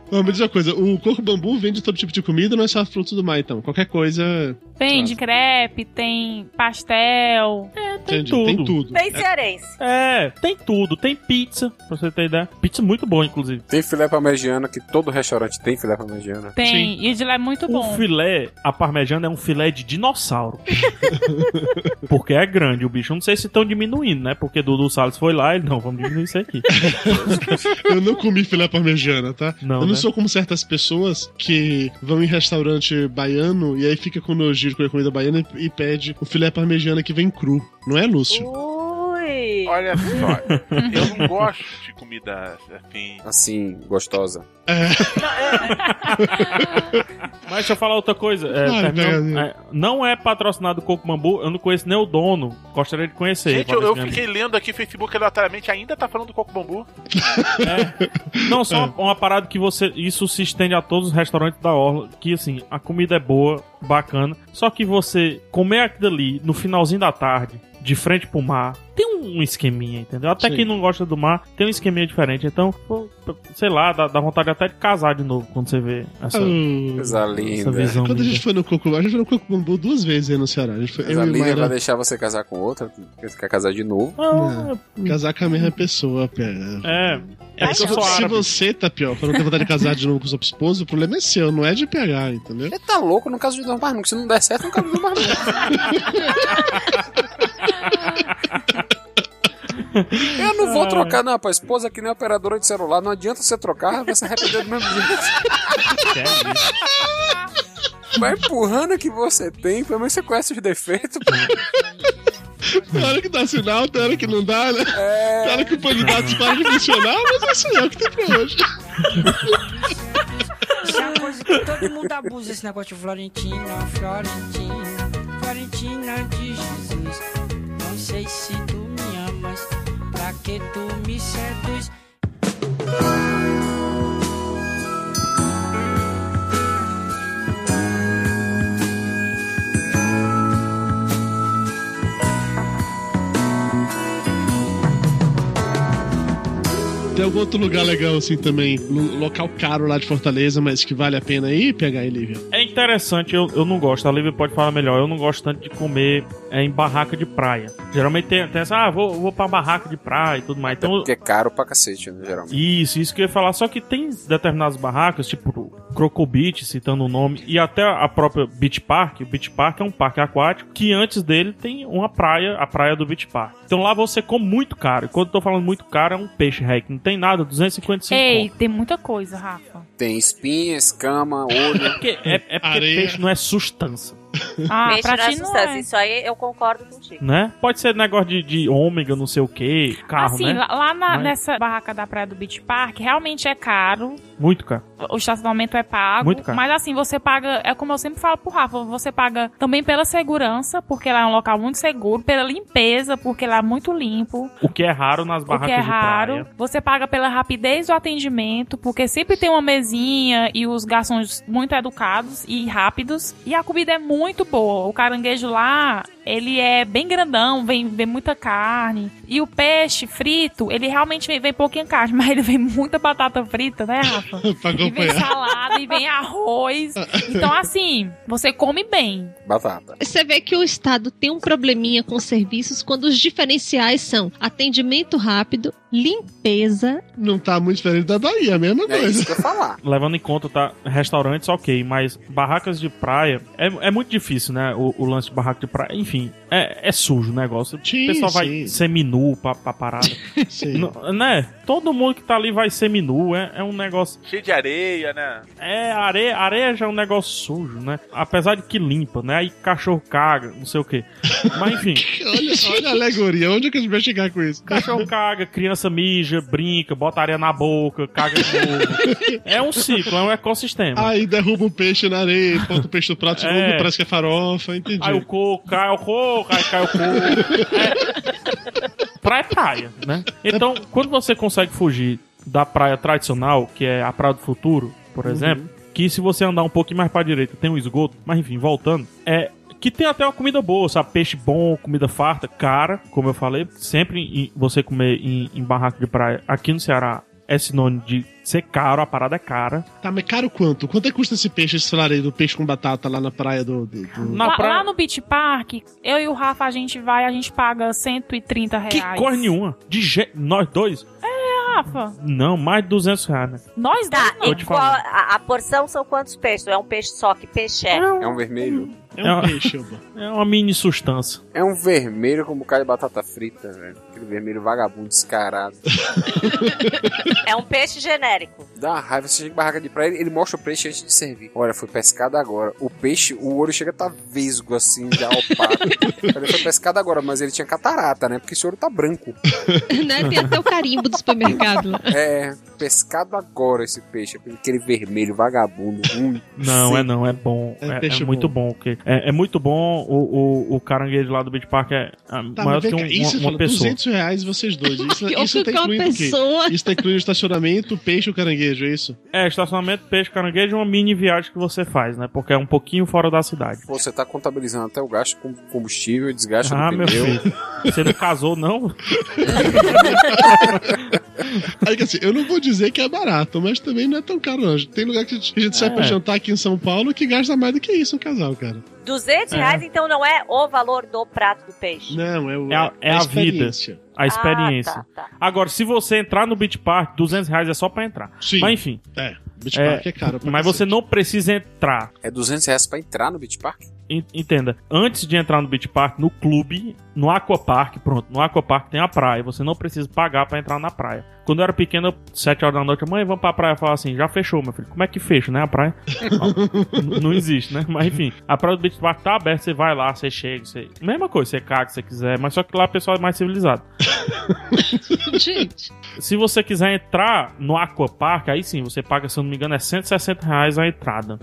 Não, me diz uma coisa, o coco bambu vende todo tipo de comida, não é só fruto do mar, então. Qualquer coisa.
Tem de crepe, tem pastel. É,
tem Entendi, tem tudo. tudo.
Bem cearense.
É, tem tudo. Tem pizza, pra você ter ideia. Pizza muito boa, inclusive.
Tem filé parmegiana, que todo restaurante tem filé parmegiana.
Tem, e de lá é muito
O
bom.
filé, a parmegiana é um filé de dinossauro. Porque é grande o bicho. Não sei se estão diminuindo, né? Porque Dudu Salles foi lá e não, vamos diminuir isso aqui.
Eu não comi filé parmegiana, tá?
Não,
Eu não
né?
sou como certas pessoas que vão em restaurante baiano e aí fica com nojinho de comer comida baiana e, e pede o filé parmegiana que vem cru. Não é, Lúcio?
Ui.
Olha só, eu não gosto de comida assim.
Assim, gostosa.
Mas deixa eu falar outra coisa. É,
Claro,
terminando-
pega-
é, não é patrocinado Coco Mambu, eu não conheço nem o dono. Gostaria de conhecer.
Gente, eu, eu
Valescano.
fiquei lendo aqui no Facebook aleatoriamente, ainda tá falando do coco bambu.
Não, só
É.
uma, uma parada que você. Isso se estende a todos os restaurantes da Orla. Que assim, a comida é boa, bacana. Só que você comer aquilo ali no finalzinho da tarde, de frente pro mar, tem um esqueminha, entendeu? Até
Sim.
quem não gosta do mar, tem um esqueminha diferente. Então, pô, sei lá, dá, dá vontade até de casar de novo quando você vê essa.
Coisa linda.
Hum, visão
Ah, Quando a gente
linda.
foi no coco, a gente foi no coco bambu duas vezes aí no Ceará. A gente foi,
Mas a
eu e
Lívia vai
Mara,
deixar você casar com outra, porque você quer casar de novo. é-
casar com a mesma pessoa, pera.
É. É
se,
que eu sou
se
árabe.
você, Tapioca, não tem vontade de casar de novo com sua esposa, o problema é seu, não é de pegar, entendeu?
Você tá louco? Não caso de novo mais nunca. Se não der certo, não caso de novo mais nunca. Eu não vou
Ai.
trocar, não, pô. Esposa que nem operadora de celular. Não adianta você trocar, vai se arrepender do mesmo jeito. Vai empurrando o que você tem, pelo menos você conhece os defeitos, pô.
Tem hora que dá sinal, tem hora que não dá, né?
É.
Tem hora que o candidato para de funcionar, mas é isso é o que tem pra hoje.
Isso é uma coisa que todo mundo abusa, esse negócio de Florentina, Florentina, Florentina de Jesus. Não sei se tu me amas, pra que tu me seduz.
Tem algum outro lugar legal assim também, lo- local caro lá de Fortaleza, mas que vale a pena ir pegar, hein, Lívia?
É interessante, eu, eu não gosto. A Lívia pode falar melhor. Eu não gosto tanto de comer é em barraca de praia. Geralmente tem, tem essa, ah, vou, vou pra barraca de praia e tudo mais. Então,
Porque é caro pra cacete, né, geralmente.
isso, isso que eu ia falar. Só que tem determinadas barracas, tipo o Croco Beach, citando o nome, e até a própria Beach Park. O Beach Park é um parque aquático que antes dele tem uma praia, a praia do Beach Park. Então lá você come muito caro. E quando eu tô falando muito caro, é um peixe hack. Não tem nada, 255
Ei,
conto.
tem muita coisa, Rafa.
Tem espinha, escama, olho.
É, é porque peixe não é sustância.
Ah,
Peixe
pra
não é
ti não
substância,
é.
Isso aí eu concordo contigo.
Né? Pode ser negócio de, de ômega, não sei o que, carro,
assim,
né?
lá, lá na-
Mas
nessa barraca da praia do Beach Park, realmente é caro.
Muito caro.
O estacionamento é pago.
Muito caro.
Mas assim, você paga. É como eu sempre falo pro Rafa, você paga também pela segurança, porque lá é um local muito seguro, pela limpeza, porque lá é muito limpo.
O que é raro nas
O que
barracas
é
de
raro.
praia.
Você paga pela rapidez do atendimento, porque sempre tem uma mesinha e os garçons muito educados e rápidos. E a comida é muito boa. O caranguejo lá, ele é bem grandão, vem, vem muita carne. E o peixe frito, ele realmente vem, vem pouquinha carne, mas ele vem muita batata frita, né, Rafa?
pra
e vem
acompanhar.
salada, e vem arroz. Então, assim, você come bem.
Batata.
Você vê que o Estado tem um probleminha com serviços quando os diferenciais são atendimento rápido, limpeza.
Não tá muito diferente da Bahia, a mesma coisa.
É isso que eu ia falar.
Levando em conta, tá? Restaurantes, ok, mas barracas de praia é, é muito difícil, né? O, o lance de barraca de praia, enfim, é, é sujo o negócio.
Sim,
o pessoal
sim.
vai seminu pra, pra parada. Não- né? Todo mundo que tá ali vai seminu, é, é um negócio.
Cheio de areia, né?
É, areia, areia já é um negócio sujo, né? Apesar de que limpa, né? Aí cachorro caga, não sei o quê. Mas enfim.
Olha, olha a alegoria, onde é que a gente vai chegar com isso?
Cachorro caga, criança mija, brinca, bota areia na boca, caga de novo. É um ciclo, é um ecossistema.
Aí derruba um peixe na areia, bota o peixe no prato, de
É.
novo, parece que é farofa, entendi.
Aí o coco, cai o coco, aí cai o coco. É. Praia é praia, né? Então, quando você consegue fugir da praia tradicional, que é a Praia do Futuro, por
Uhum.
exemplo, que se você andar um pouquinho mais pra direita tem um esgoto, mas enfim, voltando, é que tem até uma comida boa, sabe? Peixe bom, comida farta, cara, como eu falei, sempre em- você comer em, em barraco de praia aqui no Ceará é sinônimo de ser caro, a parada é cara.
Tá, mas caro quanto? Quanto é que custa esse peixe, esse falareio do peixe com batata lá na praia do. do, do...
lá, lá no Beach Park, eu e o Rafa, a gente vai, a gente paga 130 reais.
Que cor nenhuma. De je... Nós dois?
É, Rafa.
Não, mais de 200 reais, né?
Nós
tá,
Vou
e
te
qual,
falar.
a, a porção são quantos peixes? É um peixe só, que peixe é?
É um vermelho.
É um É uma- peixe, É uma mini sustância.
É um vermelho com um bocado de batata frita, velho. Aquele vermelho vagabundo, descarado.
É um peixe genérico.
Dá uma raiva, você chega em barraca de praia, ele mostra o peixe antes de servir. Olha, foi pescado agora. O peixe, o ouro chega a tá vesgo, assim, já alpado. ele foi pescado agora, mas ele tinha catarata, né? Porque esse ouro tá branco.
Né? Tem até o carimbo do supermercado lá.
É, pescado agora esse peixe. Aquele vermelho vagabundo. ruim.
Não, é não, é bom.
É
É,
peixe
é muito bom. ok? É, é muito bom. O, o, o caranguejo lá do Beach Park é ah,
Tá,
maior
mas
do
vem
que um-
cá, isso
uma,
fala,
uma pessoa.
200 reais vocês dois. Isso,
Pior
isso
que
tá
uma
incluindo o quê?
pessoa.
Isso tá incluindo o estacionamento, o peixe e o caranguejo, é isso?
É, estacionamento, peixe, caranguejo é uma mini viagem que você faz, né? Porque é um pouquinho fora da cidade.
Você tá contabilizando até o gasto com combustível, desgaste
ah,
do
meu
pneu.
filho. Você não casou, não?
Aí que assim, eu não vou dizer que é barato, mas também não é tão caro, não. Tem lugar que a gente a gente sai
É.
pra jantar aqui em São Paulo que gasta mais do que isso um casal, cara.
200
É.
reais, então, não é o valor do prato do peixe. Ah,
Não, é o.
É a, é a vida.
experiência.
é A
Ah,
experiência.
tá.
tá,
Agora, se você entrar no Beach Park, 200 reais é só pra entrar.
Sim.
Mas enfim.
É, Beach Park é caro pra
Mas você não precisa entrar.
É 200 reais pra entrar no Beach Park?
En- Entenda, antes de entrar no Beach Park, no clube, no Aquapark, pronto, no Aquapark tem a praia, você não precisa pagar pra entrar na praia. Quando eu era pequeno, eu, 7 horas da noite, mãe, vamos pra praia, eu falava assim, já fechou, meu filho, como é que fecha, né, a praia? Ó, n- não existe, né, mas enfim, a praia do Beach Park tá aberta, você vai lá, você chega, você... mesma coisa, você caga se você quiser, mas só que lá o pessoal é mais civilizado.
Gente.
Se você quiser entrar no Aquapark, aí sim, você paga, se eu não me engano, é 160 reais a entrada.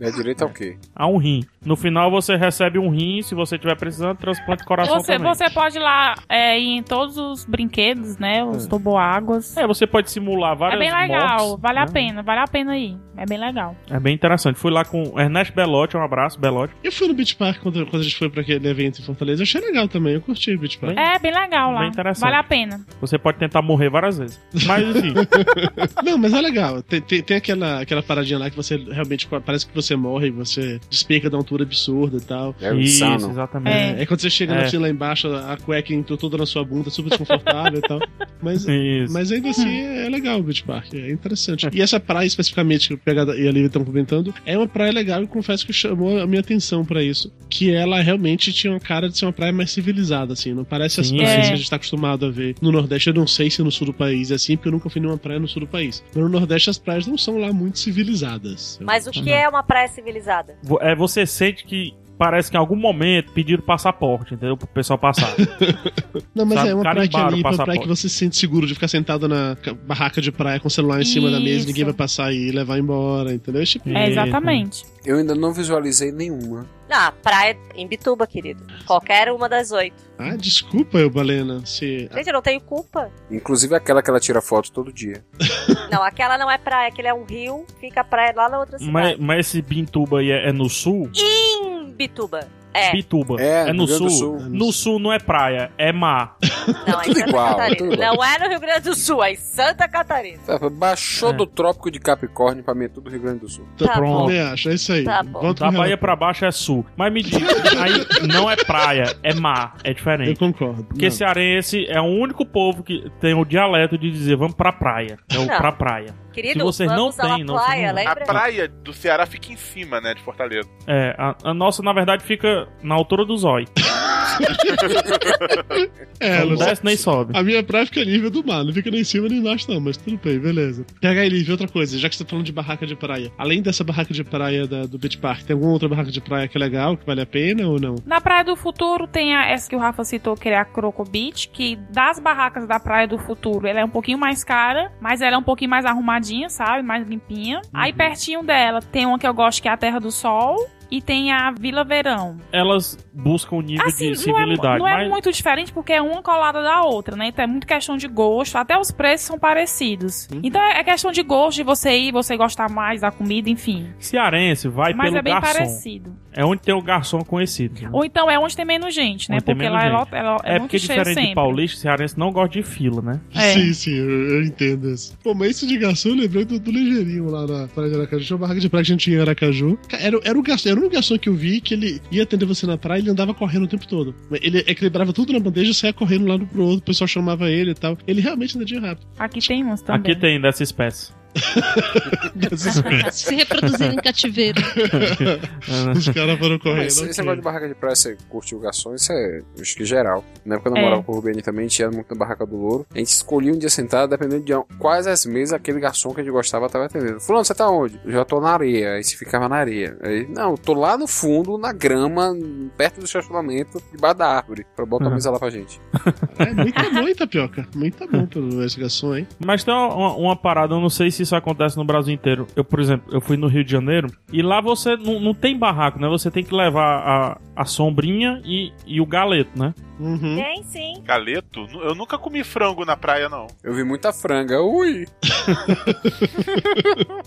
É direito ao quê?
A um rim. No final você recebe um rim, se você tiver precisando, transplante de coração
Você,
também.
você pode ir lá é, ir em todos os brinquedos, né? Os toboáguas.
É, você pode simular
É
várias
bem legal,
mortes,
vale a
né?
pena, vale a pena ir. É bem legal.
É bem interessante. Fui lá com o Ernesto Belotti, um abraço, Belotti.
Eu fui no Beach Park quando, quando a gente foi pra aquele evento em Fortaleza. Eu achei legal também, eu curti o Beach Park.
É bem legal lá.
Bem
Vale a pena.
Você pode tentar morrer várias vezes. Mas assim, enfim.
Não, mas é legal. Tem, tem, tem aquela, aquela paradinha lá que você realmente parece que você morre, você despenca da altura absurda e tal.
É o Isso, insano. exatamente.
É, é quando você chega na
É.
fila lá embaixo, a cueca entrou toda na sua bunda, super desconfortável e tal.
É.
Mas,
É.
mas ainda assim
Uhum.
é, é legal o Beach Park, é interessante. E essa praia especificamente que o PH e a Lívia estão comentando, é uma praia legal e confesso que chamou a minha atenção pra isso. Que ela realmente tinha uma cara de ser uma praia mais civilizada, assim. Não parece as
Sim.
praias que
É.
a gente tá acostumado a ver no Nordeste. Eu não sei se no sul do país é assim, porque eu nunca fui nenhuma praia no sul do país. Mas no Nordeste as praias não são lá muito civilizadas.
Mas o
Uhum.
que é uma praia civilizada?
Vo- É, você sente que parece que em algum momento pediram passaporte, entendeu? Pro pessoal passar.
Não, mas
Sabe,
é uma praia que é
carimbaram o
limpa, uma praia
passaporte.
que você se sente seguro de ficar sentado na ca- barraca de praia com o celular em cima da mesa,
Isso.
ninguém vai passar e levar embora, entendeu? Esse tipo
É,
de coisa.
Eu ainda não visualizei nenhuma.
Ah, praia em Bituba, querido. Qualquer uma das oito.
Ah, desculpa eu, Balena, se...
É.
Gente, eu não tenho culpa.
Inclusive aquela que ela tira foto todo dia.
Não, aquela não é praia, aquele é um rio, fica a praia lá na outra cidade.
mas, mas esse Bintuba aí é, é no sul?
Em Bituba. É.
Bituba.
É,
no
Rio Grande
sul.
do Sul.
No sul não é praia, é mar.
Não, é em Santa
igual,
Catarina.
tudo igual.
Não é no Rio Grande do Sul, é em Santa Catarina.
Baixou do Trópico de Capricórnio pra mim é tudo Rio Grande do Sul.
Tá
Pronto.
bom. acho, é isso aí.
Tá bom.
Volta
da
com o
Bahia pra baixo é sul. Mas me diga, aí não é praia, é mar, é diferente. Eu
concordo.
Porque
não.
cearense é o único povo que tem o dialeto de dizer vamos pra praia. É o
Não.
pra praia.
Querido,
Se vocês não
vamos à
têm, não, vocês não
A praia do Ceará fica em cima, né, de Fortaleza.
É, a, a nossa, na verdade, fica na altura do zóio.
É,
não
Lúcio.
desce nem sobe.
A minha praia fica nível do mar, não fica nem em cima nem embaixo, não, mas tudo bem, beleza. Pega aí, Lívia, outra coisa, já que você tá falando de barraca de praia. Além dessa barraca de praia da- do Beach Park, tem alguma outra barraca de praia que é legal, que vale a pena ou não?
Na Praia do Futuro tem a, essa que o Rafa citou, que é a Croco Beach, que das barracas da Praia do Futuro, ela é um pouquinho mais cara, mas ela é um pouquinho mais arrumadinha, sabe? Mais limpinha. Aí pertinho dela tem uma que eu gosto, que é a Terra do Sol, e tem a Vila Verão.
Elas buscam um nível
Assim, não
de
é, mu-
civilidade.
não é
mas...
muito diferente porque é uma colada da outra, né? Então é muito questão de gosto, até os preços são parecidos. Então é é questão de gosto de você ir, você gostar mais da comida, enfim.
Cearense vai
Mas
pelo
é bem
garçom.
parecido.
É onde tem o garçom conhecido. né?
Ou então é onde tem menos gente, né?
Onde tem
porque
menos
lá é, lo-
gente.
é, lo- é
É
muito
porque
cheio
diferente
sempre.
de paulista, cearense não gosta de fila, né?
Sim, sim, eu, eu entendo isso. Pô, mas isso de garçom eu lembrei do, do ligeirinho lá na praia de Aracaju. Tinha uma barraca de praia que a gente tinha em Aracaju. Ca- Era, era, o garçom, era um garçom que eu vi que ele ia atender você na praia e ele andava correndo o tempo todo. Ele equilibrava tudo na bandeja e saia correndo lá no pro outro, o pessoal chamava ele e tal. Ele realmente andava rápido.
Aqui tem uns
Aqui tem dessa espécie.
Se reproduzir em cativeiro.
É,
Os caras foram correndo.
esse,
ok.
esse negócio de barraca de praia, você curtiu o garçom, isso é, eu acho que geral. Na época eu
É.
namorava com o Rubeni também, a gente ia muito na barraca do louro. A gente escolhia um dia sentado, dependendo de onde- quais as mesas aquele garçom que a gente gostava tava atendendo. Fulano, você tá onde? Eu já tô na areia. Aí se ficava na areia. Aí, não, eu tô lá no fundo, na grama, perto do estacionamento, debaixo da árvore. Pra botar a
Uhum.
mesa lá pra gente.
É, muito bom, hein, Tapioca? Muito bom pelo esse garçom, hein?
Mas tem uma, uma parada, eu não sei se isso acontece no Brasil inteiro. Eu, por exemplo, eu fui no Rio de Janeiro e lá você não, não tem barraco, né? Você tem que levar a, a sombrinha e, e o galeto, né?
Tem sim.
Galeto? Nu- Eu nunca comi frango na praia, não.
Eu vi muita franga. Ui!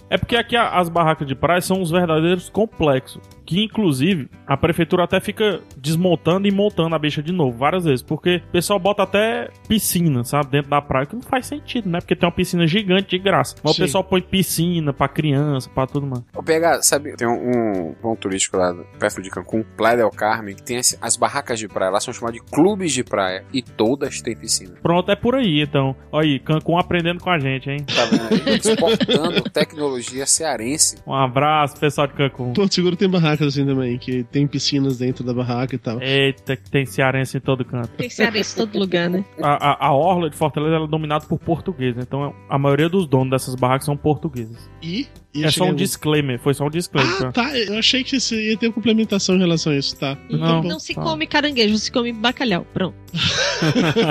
É porque aqui a- as barracas de praia são uns verdadeiros complexos. Que inclusive a prefeitura até fica desmontando e montando a bicha de novo várias vezes. Porque o pessoal bota até piscina, sabe? Dentro da praia, que não faz sentido, né? Porque tem uma piscina gigante de graça. Mas
Sim.
o pessoal põe piscina pra criança, pra tudo, mano.
Ô, PH, sabe, tem um, um ponto turístico lá perto de Cancún, Playa del Carmen, que tem as, as barracas de praia. Lá são chamadas de clubes de praia e todas têm piscina.
Pronto, é por aí então. Olha aí, Cancún aprendendo com a gente, hein?
Tá vendo aí? Exportando tecnologia cearense.
Um abraço, pessoal de Cancún.
Porto Seguro tem barracas assim também, que tem piscinas dentro da barraca e tal.
Eita, que tem cearense em todo canto.
Tem
é
cearense em todo lugar, né?
A, a, a orla de Fortaleza ela é dominada por portugueses, então a maioria dos donos dessas barracas são portugueses.
E?
é só um
cheguei-
disclaimer, foi só um disclaimer.
Ah, tá. Eu achei que isso ia ter uma complementação em relação a isso, tá?
E Não, se come caranguejo, se come bacalhau. Pronto.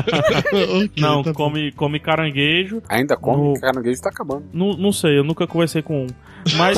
Tá
não, come, come caranguejo.
Ainda come?
No-
Caranguejo tá acabando.
Não, não sei, eu nunca conversei com um. Mas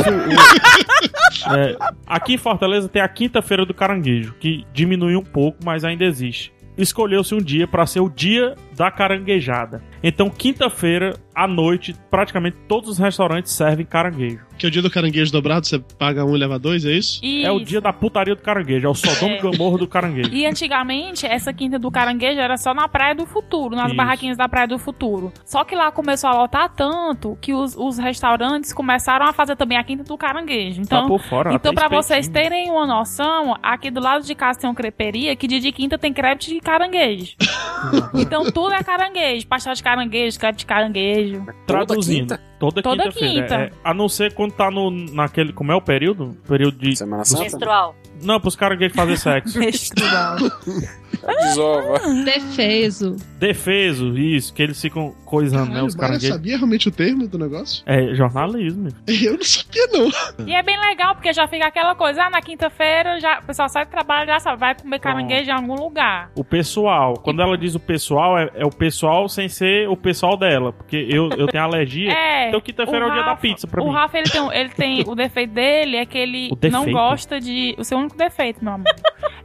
o, o- é, aqui em Fortaleza tem a quinta-feira do caranguejo, que diminuiu um pouco, mas ainda existe. Escolheu-se um dia pra ser o dia da caranguejada. Então, quinta-feira à noite, praticamente todos os restaurantes servem caranguejo.
Que é o dia do caranguejo dobrado, você paga um e leva dois, é isso?
É o dia da putaria do caranguejo, é o Sodoma
É.
e Gomorra do caranguejo.
E antigamente, essa quinta do caranguejo era só na Praia do Futuro, nas
Isso.
barraquinhas da Praia do Futuro. Só que lá começou a lotar tanto que os, os restaurantes começaram a fazer também a quinta do caranguejo. Então,
tá por fora, ela
então
tem
para
espetinho.
vocês terem uma noção, aqui do lado de casa tem uma creperia que dia de quinta tem crepe de caranguejo. então tudo é caranguejo, pastel de caranguejo, crepe de caranguejo.
Traduzindo. Toda,
Toda
quinta-feira.
quinta.
é, a não ser quando tá no, naquele. Como é o período? Período de. Semana
Menstrual.
Não, pros caranguejos fazer sexo.
Menstrual.
Desova.
Defeso.
Defeso, isso, que eles ficam coisando, né? Os
O cara
caranguejos.
sabia realmente o termo do negócio?
É jornalismo.
Eu não sabia, não.
E é bem legal, porque já fica aquela coisa, ah, na quinta-feira já, o pessoal sai do trabalho, já sabe, vai comer caranguejo em algum lugar.
Então, O pessoal. Quando ela diz o pessoal, é, é o pessoal sem ser o pessoal dela. Porque eu, eu tenho alergia.
É,
então quinta-feira é o dia da
Rafa-
pizza pra
o
mim.
Rafa, ele tem, um- ele tem. O defeito dele é que ele
O defeito?
não gosta de. O seu único defeito, meu amor.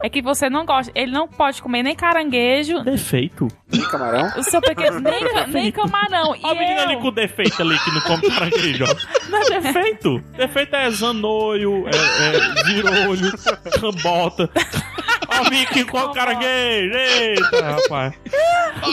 é que você não gosta. Ele não pode comer nem caranguejo.
Defeito?
Camarão?
O seu pequeno. Nem, ca- nem camarão. E
A menina
eu-
ali com defeito ali, que não come caranguejo. ó. Não é defeito. Defeito é zanoio, é, é girolho, cambota. Ó, o Mickey com o caranguejo. Eita, rapaz.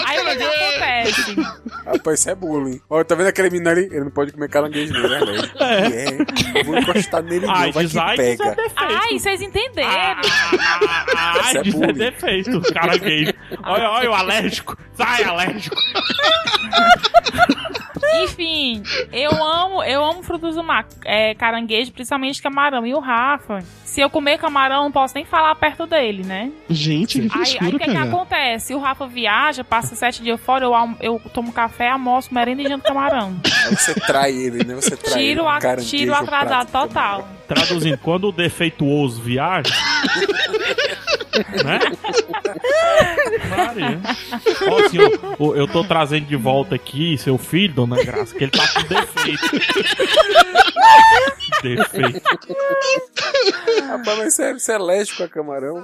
Aí o que que acontece?
Rapaz, isso é bullying. Olha, tá vendo aquele menino ali? Ele não pode comer caranguejo, não, né, velho? É. Eu vou encostar nele, não.
Ai,
Vai que
design, isso é
pega.
Ai, vocês entenderam.
Ai,
Isso é
isso é
bullying.
defeito, caranguejo. Olha, olha o alérgico. Sai, alérgico.
Enfim, eu amo, eu amo frutos do mar, é, caranguejo, principalmente camarão. E o Rafa, se eu comer camarão, não posso nem falar perto dele, né?
Gente, que
Aí, aí
frescura,
o que, é que
cara.
acontece? O Rafa viaja, passa sete dias fora, eu, almo- eu tomo café, almoço, merenda e janto camarão.
Aí você trai ele, né? Você trai ele.
Tiro, a,
Caranguejo,
tiro atrasado
prato.
total.
Traduzindo, quando o defeituoso viaja. né? Maria. Ó, assim, ó, ó, eu tô trazendo de volta aqui seu filho, dona Graça, que ele tá com defeito. defeito.
Rapaz, mas sério, você é alérgico a camarão?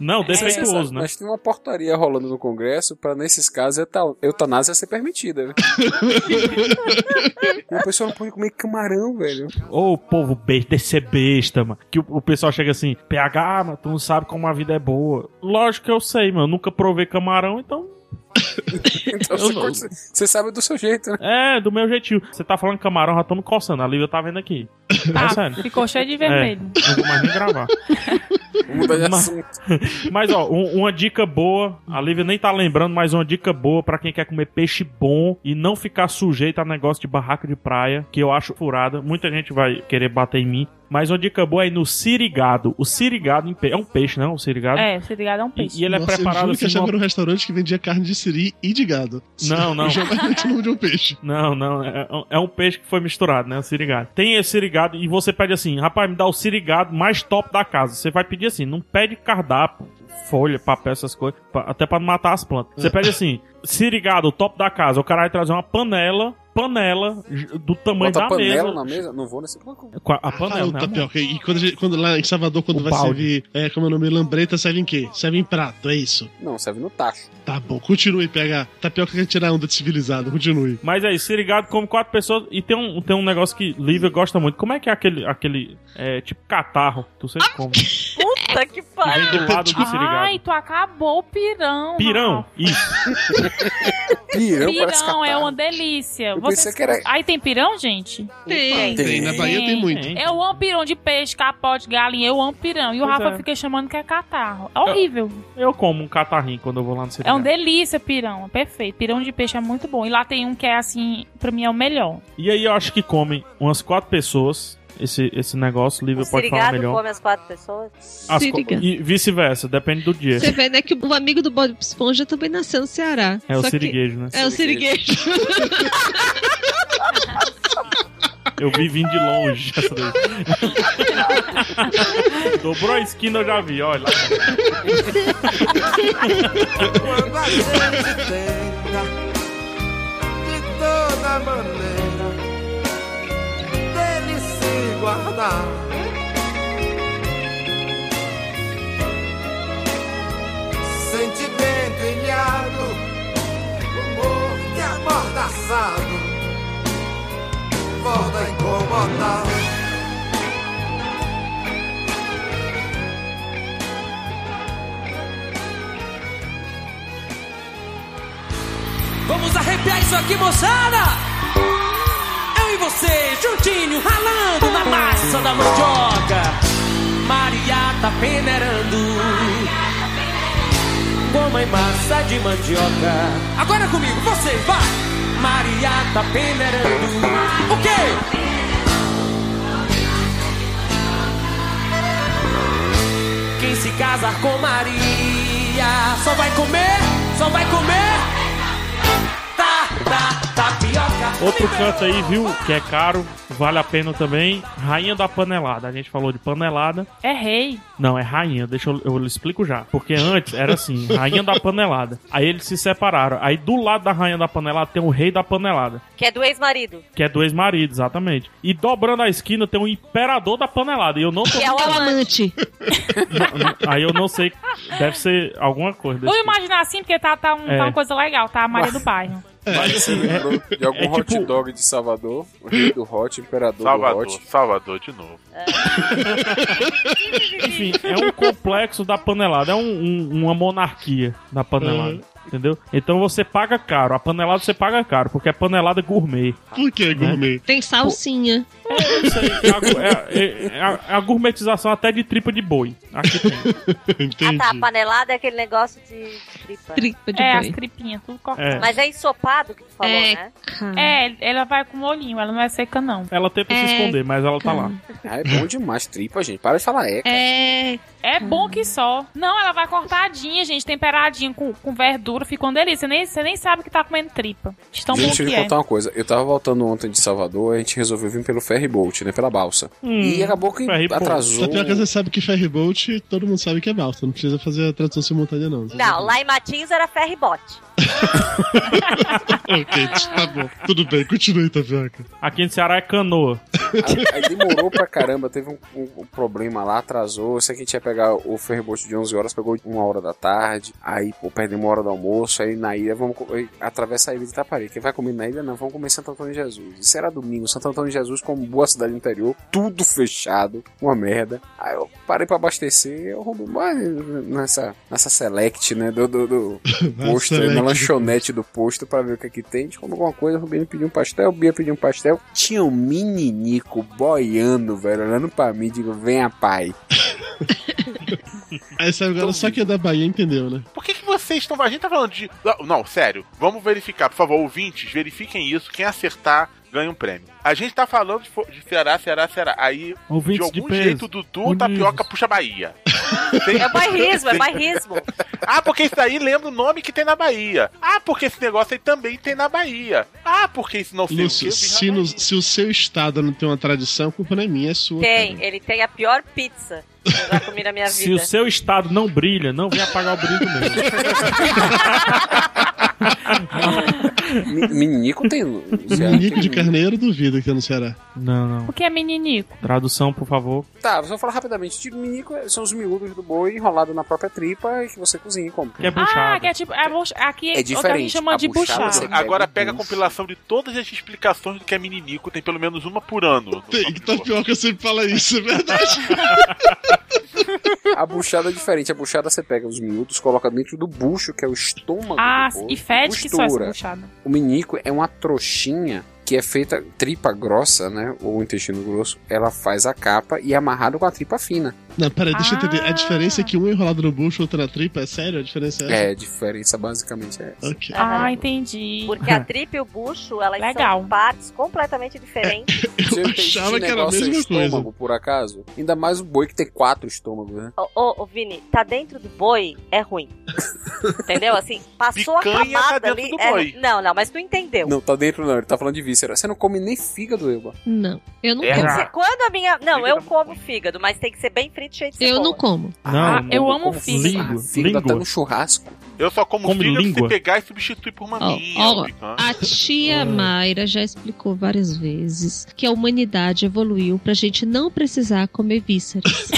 Não,
Você
defeituoso,
sabe,
né?
Mas tem uma portaria rolando no Congresso pra, nesses casos, euta- eutanásia ser permitida. viu? uma pessoa não pode comer camarão, velho.
Ô, povo besta, esse é besta, mano. Que o, o pessoal chega assim, PH, mas tu não sabe como a vida é boa. Lógico que eu sei, mano. Eu nunca provei camarão, então.
Então você, pode- você sabe do seu jeito, né?
É, do meu jeitinho. Você tá falando camarão, já tô me coçando. A Lívia tá vendo aqui.
Tá,
é sério.
ficou cheio de vermelho.
É, não vou mais nem gravar. Mas, mas, ó, um- uma dica boa, a Lívia nem tá lembrando, mas uma dica boa pra quem quer comer peixe bom e não ficar sujeito a negócio de barraca de praia, que eu acho furada. Muita gente vai querer bater em mim. Mas uma dica boa é ir no sirigado. O sirigado em pe- é um peixe, não? O sirigado?
É, se ligado é um peixe.
E, e ele
Nossa,
é
eu
preparado
juro que
assim.
achava que
numa-
era um restaurante que vendia carne de siri e de gado.
Não, não.
Jamais o nome de um peixe.
Não, não. É, é um peixe que foi misturado, né? O sirigado. Tem esse sirigado e você pede assim, rapaz, me dá o sirigado mais top da casa. Você vai pedir assim, não pede cardápio, folha, papel, essas coisas, pa- até pra não matar as plantas. Você pede assim, sirigado, top da casa. O cara vai trazer uma panela, panela j- do tamanho
Bota
da
panela
mesa.
na mesa? Não vou nesse banco.
Com a, a
Fala
panela,
o
né?
tapioca. E quando, a gente- quando lá em Salvador, quando
O
vai
balde.
servir, é, como é o nome, lambreta, serve em quê? Serve em prato, é isso.
Não, serve no tacho.
Tá bom, continue, PH. Tapioca quer tirar onda de civilizado,
um-
continue.
Mas é isso, sirigado come quatro pessoas e tem um, tem um negócio que Lívia gosta muito. Como é que é aquele, aquele é, tipo catarro? Tu sei como.
Puta que pariu.
Vem do lado do sirigado.
Ai, tu acabou o pirão.
Pirão, isso.
Pirão,
Pirão é uma delícia.
tá. Eu
Vocês...
pensei que era-
Aí tem pirão, gente?
Tem. Tem,
né,
na Bahia tem muito.
Eu amo pirão de peixe, capote, galinha, eu amo pirão. E o
Pois
Rafa
é.
fica chamando que é catarro. É horrível.
Eu como um catarrinho quando eu vou lá no
É
sirigado.
uma delícia pirão, é perfeito. Pirão de peixe é muito bom. E lá tem um que é assim, pra mim é o melhor.
E aí eu acho que comem umas quatro pessoas esse, esse negócio, Lívia pode falar um
Sirigado
melhor.
come as quatro pessoas.
As co- e vice-versa, depende do dia.
Você vê, né, que o amigo do Bob Esponja também nasceu no Ceará.
É o
Só que-
siriguejo, né?
É o siriguejo.
Eu vi vindo de longe essa daí. Dobrou a esquina, eu já vi, olha.
Quando a gente tenta de toda maneira dele se guardar. Sentimento ilhado, humor que amordaçado, vou botar.
Vamos arrepiar isso aqui, moçada! Eu e você, juntinho, ralando na massa da mandioca. Maria tá peneirando. Como em massa de mandioca. Agora comigo, você vai! Maria tá peneirando. O quê? Quem se casar com Maria só vai comer, só vai comer. Tá, tá, tapioca.
Outro canto aí, viu? Que é caro, vale a pena também. Rainha da panelada. A gente falou de panelada.
É rei.
Não, é rainha, deixa eu, eu explico já. Porque antes era assim, rainha da panelada. Aí eles se separaram. Aí do lado da rainha da panelada tem o rei da panelada,
Que é do ex-marido.
que é do ex-marido, exatamente. E dobrando a esquina tem o imperador da panelada. E eu não tô.
Que é o amante.
Aí eu não sei, deve ser alguma coisa. tipo.
Vamos imaginar assim, porque tá, tá, um-
É.
tá uma coisa legal, tá? A Maria do Bairro.
Você
assim,
lembrou um
é
de algum
tipo
hot dog de Salvador? O rei do hot, o imperador
Salvador,
do hot.
Salvador de novo.
Enfim, é um complexo da panelada, é um- um- uma monarquia da panelada.
Uhum.
Entendeu? Então você paga caro. A panelada você paga caro, porque é panelada gourmet.
Por que gourmet?
Né?
Tem salsinha.
É, é a, é a gourmetização até de tripa de boi. Aqui tem.
Ah tá, a panelada é aquele negócio de tripa.
Tripa
É, as tripinhas, tudo cortado.
É.
Mas é ensopado que tu falou,
É,
né?
É, ela vai com molhinho, ela não é seca, não.
Ela tenta
se É, esconder,
mas ela tá lá.
Ah, é bom demais, tripa, gente. Para de falar é.
É.
É bom que só. Não, ela vai cortadinha, gente, temperadinha com, com verdura, fica uma delícia. Você nem, você nem sabe que tá comendo tripa. De tão bom
Gente, deixa eu
que
lhe
é.
contar uma coisa. Eu tava voltando ontem de Salvador, a gente resolveu vir pelo ferryboat, né? Pela balsa.
Hum.
e acabou que atrasou.
Só pior que você sabe que ferryboat, todo mundo sabe que é balsa. Não precisa fazer a tradução simultânea, não.
Não, lá em Matins era ferribote.
ok, tá bom. Tudo bem, continue, Tapioca.
Aqui no Ceará é canoa.
Aí- Aí demorou pra caramba, teve um, um- um problema lá, atrasou. Eu sei que a gente ia pegar o ferryboat de 11 horas, pegou uma hora da tarde. Aí, pô, perdemos uma hora do almoço. Aí na ilha, vamos. co- aí, Atravessa a ilha de Itapari. Quem vai comer na ilha, não. Vamos comer em Santo Antônio de Jesus. Isso era domingo. Santo Antônio de Jesus, como boa cidade do interior, tudo fechado, uma merda. Aí eu parei pra abastecer. Eu roubei mais nessa, nessa select, né? Do, do, do
Na
posto, aí,
select
na
do
lanchonete do posto pra ver o que é que tem. A gente comeu alguma coisa, o Rubinho pediu um pastel, o Bia pediu um pastel. Tinha um meninico boiando, velho, olhando pra mim, digo, venha pai.
Aí sabe agora, só que é da Bahia entendeu, né?
Por que, que vocês estão. A gente tá falando de. Não, Não, sério. Vamos verificar, por favor, ouvintes, verifiquem isso. Quem acertar ganha um prêmio. A gente tá falando de, fo- de Ceará, Ceará, Ceará. Aí,
Ouvintes
de
de
algum
peso,
jeito, Dudu ou Tapioca puxa Bahia. Tem-
É bairrismo, é bairrismo.
Ah, porque isso aí lembra o nome que tem na Bahia. Ah, porque esse negócio aí também tem na Bahia. Ah, porque isso não sei
Lúcio,
o que.
se, no- se o seu estado não tem uma tradição, a culpa não é minha, é sua.
Tem, ele tem a pior pizza que eu já comi na minha
Se o
vida.
seu estado não brilha, não vem apagar o brilho mesmo.
Me- Meninico tem. Ceará
Nico
tem-
Um de Carneiro, duvido que tá no Ceará.
Não, não.
O que é meninico?
Tradução, por favor.
Tá, só falar rapidamente. Digo, meninico são os miúdos do boi enrolado na própria tripa e que você cozinha e come.
Ah, que é tipo. é bucha- aqui
É
outra gente
diferente.
chama
A
de
buchada
buchada.
você pega
Tá, Agora pega a compilação de todas as explicações do que é meninico, tem pelo menos uma por ano.
Tem, tá que
tá
Tapioca sempre fala isso, é verdade.
A buchada é diferente. A buchada você pega os miúdos, coloca dentro do bucho, que é o estômago.
Ah,
do boi,
e fede que só essa
costura.
buchada.
O minico é uma trouxinha que é feita tripa grossa, né? Ou intestino grosso. Ela faz a capa e é amarrado com a tripa fina.
Não, peraí, deixa eu entender.
Ah.
A diferença é que um é enrolado no bucho, outro na tripa, é sério? A diferença é essa?
É, a diferença basicamente é essa.
Ok.
Ah, entendi.
Porque a tripa e o bucho, elas
Legal.
são partes completamente diferentes.
Eu
achava que era a mesma
estômago,
coisa.
por acaso. Ainda mais o boi que tem quatro estômagos, né?
Ô, ô, ô, Vini, tá dentro do boi, é ruim. Entendeu? Assim, passou
Picanha
a
tá
camada
dentro
ali.
do
é
boi.
ruim. Não, não, mas tu entendeu.
Não, tá dentro não. Ele tá falando de víscera. Você não come nem fígado, Elba.
Não. Eu não
É,
Quer
como.
dizer, quando a minha. Não, eu como fígado, mas tem que ser bem frito e cheio de cebola.
Eu não como.
Ah,
Ah,
Não, não.
eu amo
como
fígado.
Língua,
Fígado até
língua.
no churrasco.
Eu só como
Come
fígado se
língua.
pegar e substituir por maminha.
Ó, ó,
ou picanha.
a tia Mayra já explicou várias vezes que a humanidade evoluiu pra gente não precisar comer vísceras.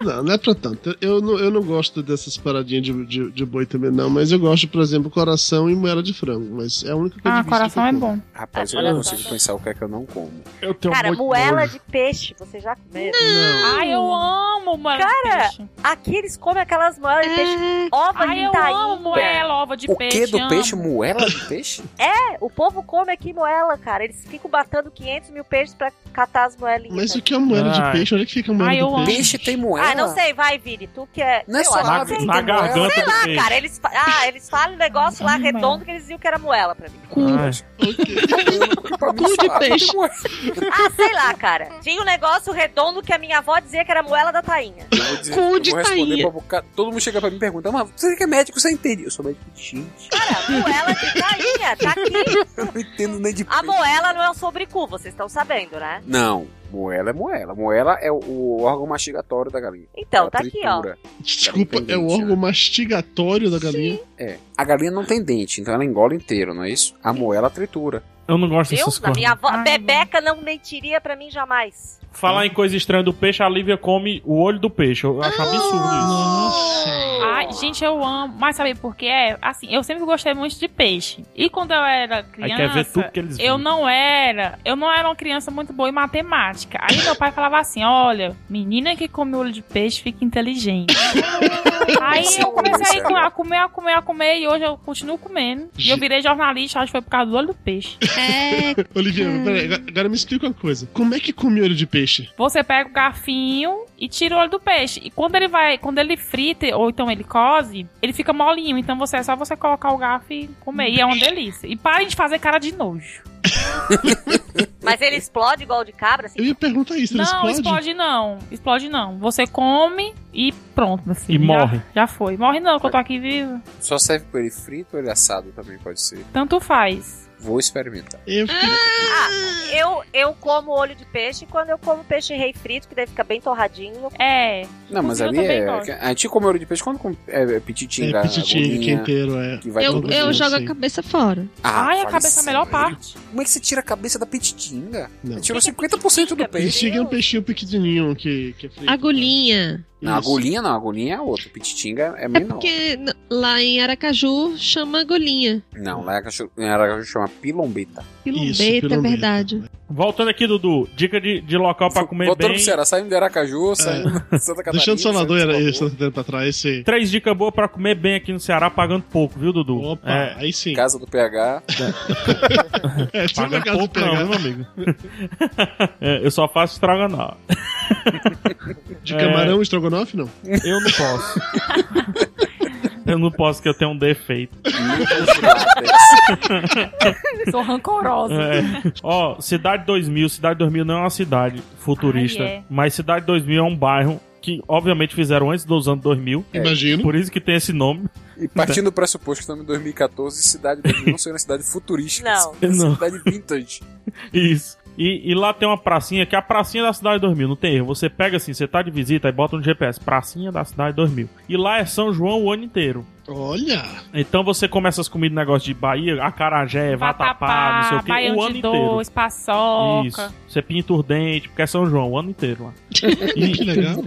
Não, não é pra tanto. Eu não, eu não gosto dessas paradinhas de, de, de boi também, não. Mas eu gosto, por exemplo, coração e moela de frango. Mas é a única coisa
Ah, coração é bom.
Rapaz, eu
Olha
não
só.
consigo pensar o que é que eu não como.
Eu
Cara, moela de peixe, você já comeu?
Não. Ai, eu amo moela de
Cara, aqui eles comem aquelas moelas de peixe. Ova
Ai,
de
eu
Itaí.
amo moela, ova de
o
peixe.
que do
amo.
peixe? Moela de peixe?
É, o povo come aqui moela, cara. Eles ficam batendo 500 mil peixes pra catar as moelinhas.
Mas o que é moela de
Ai.
peixe? Onde é que fica a moela
Ai, eu
de peixe?
amo. Peixe
tem
Ah, não sei, vai, Vini. Tu que é.
Não é
sei
só
lá,
lá,
sei.
Vini, Na tem moela. garganta
Sei
do
lá,
peixe.
cara. Eles, fa- ah, eles falam um negócio lá redondo que eles diziam que era moela pra mim.
Ah, Cu de peixe.
Ah, sei lá, cara. Tinha um negócio redondo que a minha avó dizia que era moela da tainha.
Eu vou dizer- eu vou responder pra boca- Todo mundo chega pra mim e pergunta, mas você que é médico, você entende? Eu sou médico de gente.
Moela de tainha, tá aqui.
Eu não entendo nem de
A moela não é um sobrecu, vocês estão sabendo, né?
Não, moela é moela. Moela é o, o órgão mastigatório da galinha.
Então,
Ela
tá aqui, ó.
tritura.
Desculpa, é o órgão mastigatório da galinha.
É. A galinha não tem dente, então ela engole inteiro, não é isso? A moela tritura.
Eu não gosto
Eu,
dessas
na
coisas.
minha avó, Bebeca não mentiria pra mim jamais.
Falar em coisa estranha do peixe, a Lívia come o olho do peixe. Eu acho absurdo isso.
Ai, gente, eu amo. Mas sabe por que é? Assim, eu sempre gostei muito de peixe. E quando eu era criança,
quer ver tudo que eles
eu
viram.
não era, eu não era uma criança muito boa em matemática. Aí meu pai falava assim: "Olha, menina que come olho de peixe fica inteligente". Aí eu comecei a a comer, a comer, a comer e hoje eu continuo comendo. E eu virei jornalista, acho que foi por causa do olho do peixe.
É,
Hum.
Oliveira, peraí, agora- agora me explica uma coisa. Como é que come olho de peixe?
Você pega o garfinho e tira o olho do peixe. E quando ele vai, quando ele frita ou então ele cose, ele fica molinho. Então você é só você colocar o garfo e comer. E é uma delícia. E parem de fazer cara de nojo.
Mas ele explode igual de cabra, assim?
Eu ia perguntar isso,
não,
ele
explode?
explode?
não. Explode não. Você come e pronto, meu filho.
E
Já-
morre.
Já foi. Morre não, que eu tô aqui viva.
Só serve com ele frito ou ele assado também pode ser.
Tanto faz.
Vou experimentar.
Ah, eu, eu como olho de peixe quando eu como peixe rei frito, que deve ficar bem torradinho.
É.
Não, mas ali é. A gente come olho de peixe quando come é, é pititinga.
É, pititinga,
agulhinha,
quinteiro, é.
Que vai
Eu,
todo
eu
mundo,
jogo
sim.
a cabeça fora.
Ah,
Ai,
fala
cabeça é a melhor
sério. Como é que você tira a cabeça da pititinga? Você Tirou 50% do peixe.
Pititinga é um peixinho pequenininho que, que é frito.
Agulhinha.
Não, agulhinha não, agulhinha é outra. Pititinga é
É
menor.
porque n- lá em Aracaju chama agulhinha.
Não, lá é cachorro- em Aracaju chama pilombeta.
Pilombeta, é verdade.
Voltando aqui, Dudu, dica de, de local pra comer
Voltando
bem. É.
pro Ceará, saindo de Aracaju, saindo de Santa Catarina.
Deixando Salvador
saindo
era
de
isso, tanto tempo atrás, esse.
Três dicas boas pra comer bem aqui no Ceará, pagando pouco, viu, Dudu?
Opa,
É,
aí sim.
Casa do PH.
É,
Pagando
sempre na casa do
pouco não,
PH.
meu amigo. é, eu só faço estragonafe.
De camarão, estrogonofe, não?
Eu não posso. Eu não posso que eu tenho um defeito.
Sou rancorosa.
É. Ó, Cidade 2000. Cidade 2000 não é uma cidade futurista,
Ai, é.
mas Cidade 2000 é um bairro que, obviamente, fizeram antes dos anos 2000.
É.
Imagino.
Por isso que tem esse nome.
E Partindo do pressuposto que estamos em 2014, cidade do Rio não seria uma cidade futurística.
Não.
seria uma
Não.
cidade vintage.
Isso. E, e lá tem uma pracinha, que é a pracinha da Cidade 2000, não tem erro. Você pega assim, você tá de visita e bota no GPS, pracinha da Cidade 2000. E lá é São João o ano inteiro.
Olha!
Então você começa as comidas, negócio de Bahia, acarajé, vatapá, não sei o que,
baião
o
de
ano inteiro.
dois, paçoca.
Isso. Você pinta o dente, porque é São João, o ano inteiro lá.
que legal.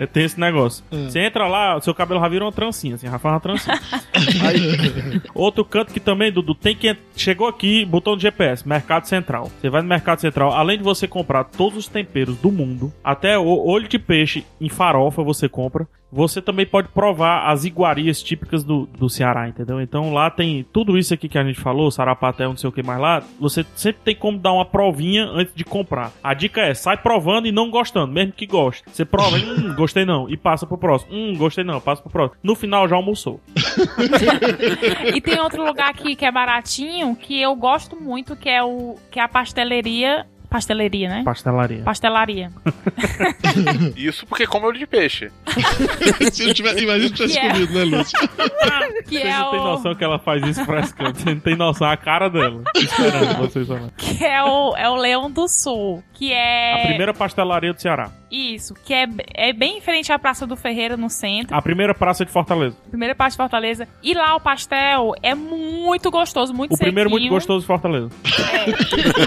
É, tem esse negócio. Você entra lá, seu cabelo já vira uma trancinha, assim, já faz uma trancinha. Aí, outro canto que também, Dudu, tem que. Chegou aqui, botou no GPS, Mercado Central. Você vai no Mercado Central, além de você comprar todos os temperos do mundo, até o olho de peixe em farofa você compra. Você também pode provar as iguarias típicas do, do Ceará, entendeu? Então lá tem tudo isso aqui que a gente falou, sarapatel, não sei o que mais lá. Você sempre tem como dar uma provinha antes de comprar. A dica é, sai provando e não gostando, mesmo que goste. Você prova, hum, gostei não, e passa pro próximo. Hum, gostei não, passa pro próximo. No final já almoçou.
E tem outro lugar aqui que é baratinho, que eu gosto muito, que é o que é a pasteleria. Pasteleria, né?
Pastelaria.
Pastelaria.
Isso porque come olho de peixe.
Se eu tivesse, imagina se eu tivesse
Yeah.
comido, né, Lúcio?
Que
Vocês
é
não têm
o.
noção que ela faz isso pra esse canto. Vocês não têm noção, é a cara dela. Esperando vocês falarem.
que é o, é o Leão do Sul, que é...
A primeira pastelaria do Ceará.
Isso, que é, é bem em frente à Praça do Ferreira, no centro.
A primeira praça de Fortaleza.
Primeira parte de Fortaleza. E lá o pastel é muito gostoso, muito
O primeiro
sequinho.
muito gostoso de Fortaleza.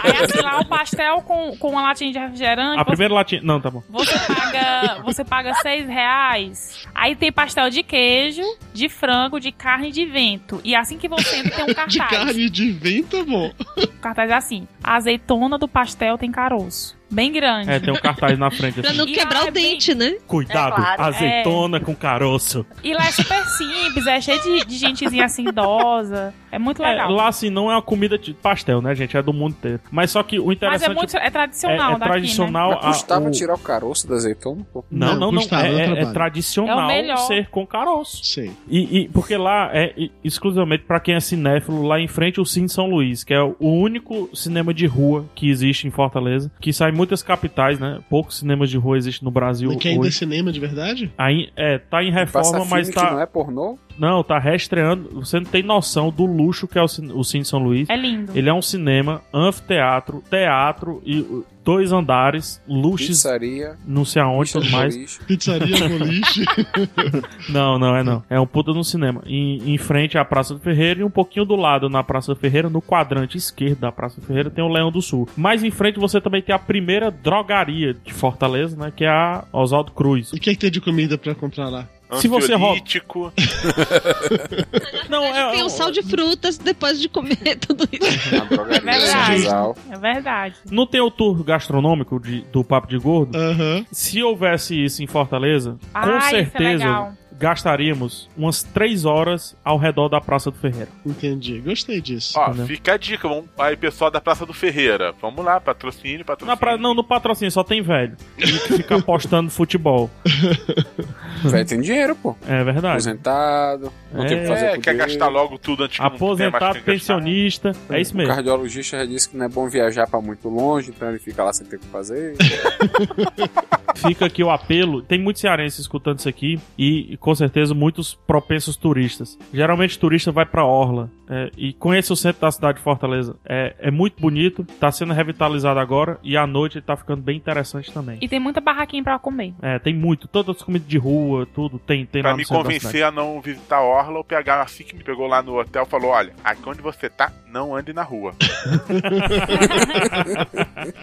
Aí, assim, lá o pastel real com, com uma latinha de refrigerante.
A
você-
primeira latinha. Não, tá bom.
Você paga, você paga 6 reais. Aí tem pastel de queijo, de frango, de carne e de vento. E assim que você entra, tem um cartaz.
De carne de vento é bom.
O cartaz é assim: a azeitona do pastel tem caroço. Bem grande.
É, tem um cartaz na frente
Pra
assim.
não quebrar o dente, né?
Cuidado, azeitona com caroço.
E lá é super simples, é cheio de, de gentezinha assim idosa. É muito
É,
legal.
lá assim não é uma comida de pastel, né, gente? É do mundo inteiro. Mas só que o
Mas
interessante
é muito é tradicional
é- é
daqui,
tradicional
né?
a- Custava o-
Tirar o caroço da azeitona? pô.
Não, não, não.
custava, dá
é, é- é
trabalho.
tradicional
É o melhor.
ser com caroço.
Sim.
E, e- porque lá é e- exclusivamente pra quem é cinéfilo, lá em frente o Cine São Luís, que é o único cinema de rua que existe em Fortaleza, que sai em muitas capitais, né? Poucos cinemas de rua existem no Brasil
Que ainda é
hoje.
cinema de verdade?
Aí, é, tá em reforma, mas tá.
não é pornô?
Não, tá reestreando. Você não tem noção do luxo que é o, cin- o Cine São Luís.
É lindo.
Ele é um cinema, anfiteatro, teatro e uh, dois andares, luxos.
é Pizzaria.
Não sei aonde,
Pizza
tudo mais.
boliche.
Pizzaria, boliche.
Não, não é não. É um puta no cinema. Em, em frente à Praça do Ferreira e um pouquinho do lado na Praça do Ferreira, no quadrante esquerdo da Praça do Ferreira, tem o Leão do Sul. Mais em frente você também tem a primeira drogaria de Fortaleza, né? Que é a Oswaldo Cruz.
E o que, é que tem de comida pra comprar lá?
Se você rouba.
Não,
é,
tem um sal de frutas depois de comer tudo isso.
Tá
É
né,
verdade.
Sisal.
É verdade.
Não tem o tour gastronômico de- do Papo de Gordo? Se houvesse isso em Fortaleza,
Ah,
com
isso é
certeza
legal.
gastaríamos umas três horas ao redor da Praça do Ferreira.
Entendi, gostei disso.
Ó,
Entendeu?
fica a dica, vamos... aí pessoal da Praça do Ferreira, vamos lá, patrocínio,
Na
patrocínio.
pra- Não, no patrocínio só tem velho. E que fica apostando futebol.
Velho tem dinheiro, pô.
É verdade.
Aposentado. Não tem o que fazer
É,
com
quer
dinheiro.
gastar logo tudo antes que não tenha mais
Aposentado,
quem gastar. né?
pensionista, é isso mesmo.
O cardiologista já disse que não é bom viajar pra muito longe, então ele fica lá sem ter o que fazer.
Fica aqui o apelo. Tem muitos cearenses escutando isso aqui e, e, com certeza, muitos propensos turistas. Geralmente, turista vai pra Orla é, e conhece o centro da cidade de Fortaleza. É, é muito bonito, tá sendo revitalizado agora e à noite ele tá ficando bem interessante também.
E tem muita barraquinha pra comer.
É, tem muito. Todas as comidas de rua, tudo tem, tem lá
Pra
no
me
centro da
convencer
cidade.
a não visitar a Orla, o PH assim que me pegou lá no hotel falou: olha, aqui onde você tá, não ande na rua.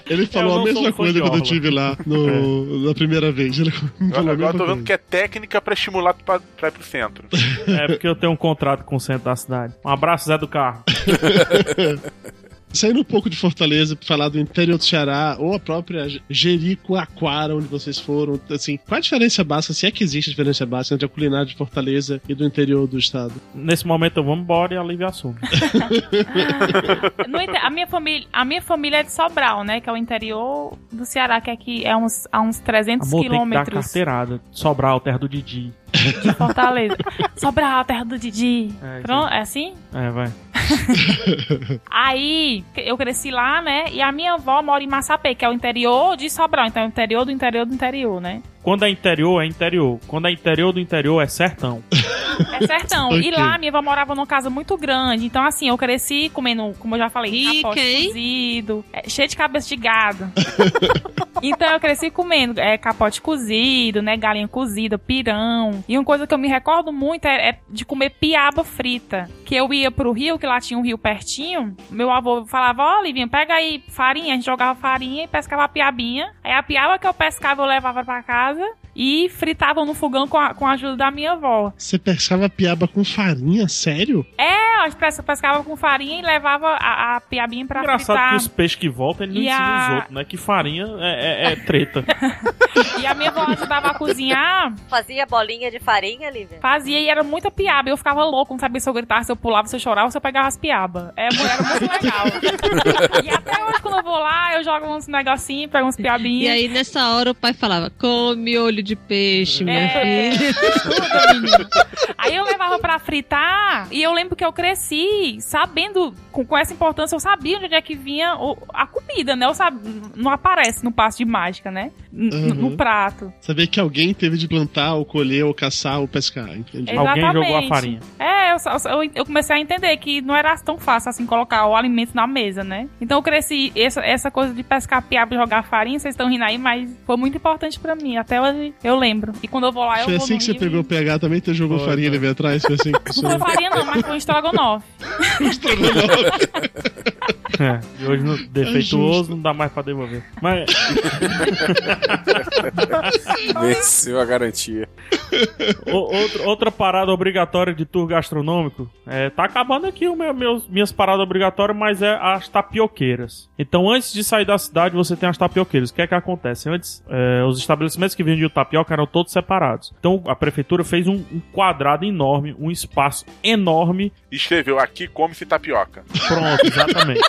Ele
Eu
falou
não
a
sou
mesma
fã
coisa
de
quando eu um
orla.
tive lá no, na primeira vez. Ele falou a
Agora eu
mesma
tô
coisa.
vendo que é técnica pra estimular tu pra, pra ir pro centro.
É porque eu tenho um contrato com o centro da cidade. Um abraço, Zé do Carro.
Saindo um pouco de Fortaleza pra falar do interior do Ceará ou a própria Jericoacoara, onde vocês foram, assim, qual a diferença básica, se é que existe diferença básica entre a culinária de Fortaleza e do interior do estado?
Nesse momento eu vou embora e a Lívia assume.
Ah, No inte- a, minha família, a minha família é de Sobral, né? Que é o interior do Ceará, que aqui é uns, a uns 300
Amor, tem que dar
quilômetros
carteirada. Sobrar o terra do Didi.
de Fortaleza. Sobral, terra do Didi.
É,
Pronto,
gente.
é assim?
É, vai.
Aí eu cresci lá, né? E a minha avó mora em Massapê, que é o interior de Sobral. Então é o interior do interior do interior, né?
Quando é interior, é interior. Quando é interior do interior, é sertão.
É sertão. E
Ok.
lá minha avó morava numa casa muito grande. Então, assim, eu cresci comendo, como eu já falei, capote cozido, é, cheio de cabeça de gado. então eu cresci comendo é, capote cozido, né? Galinha cozida, pirão. E uma coisa que eu me recordo muito é, é de comer piaba frita. Que eu ia pro rio, que lá tinha um rio pertinho. Meu avô falava, ó, Livinha, pega aí farinha. A gente jogava farinha e pescava a piabinha. Aí a piaba que eu pescava eu levava pra casa. E fritavam no fogão com a, com a ajuda da minha avó.
Você pescava piaba com farinha? Sério?
É, as pessoas pescavam com farinha e levava a, a piabinha pra
Engraçado
fritar.
que os peixes que voltam, ele não
E
ensina
a-
os outros, né? Que farinha é, é- é treta.
E a minha avó ajudava a cozinhar.
Fazia bolinha de farinha, Lívia?
Fazia e era muita piaba. Eu ficava louco, não sabia se eu gritava, se eu pulava, se eu chorava, se eu pegava as piabas. É, mu- era muito legal. e até hoje, quando eu vou lá, eu jogo uns negocinhos, pego uns piabinhos.
E aí, nessa hora, o pai falava: come olho de peixe, meu
É.
filho.
Aí eu levava pra fritar e eu lembro que eu cresci sabendo, com, com essa importância, eu sabia de onde é que vinha o- a comida, né? Eu sab... Não aparece no passo de mágica, né? N-
Uhum.
No prato.
Saber que alguém teve de plantar, ou colher, ou caçar, ou pescar. Entendi.
Exatamente. É, eu, só- eu- eu comecei a entender que não era tão fácil assim colocar o alimento na mesa, né? Então eu cresci, essa, essa coisa de pescar piaba e jogar farinha, vocês estão rindo aí, mas foi muito importante pra mim. Até hoje eu lembro. E quando eu vou lá, eu
Foi
vou
assim
no
que você
rio e-
pegou o PH também, você jogou farinha ali bem atrás? Foi assim que
Não foi
funcionou.
farinha não, mas foi um estrogonofe.
É, e hoje no defeituoso
justo.
não dá mais pra devolver. Mas.
Venceu a garantia.
O- outra, outra parada obrigatória de tour gastronômico. É, tá acabando aqui o meu, meus, minhas paradas obrigatórias, mas é as tapioqueiras. Então, antes de sair da cidade, você tem as tapioqueiras. O que é que acontece? Antes, é, os estabelecimentos que vendiam tapioca eram todos separados. Então, a prefeitura fez um, um quadrado enorme, um espaço enorme.
Escreveu aqui come-se tapioca.
Pronto, exatamente.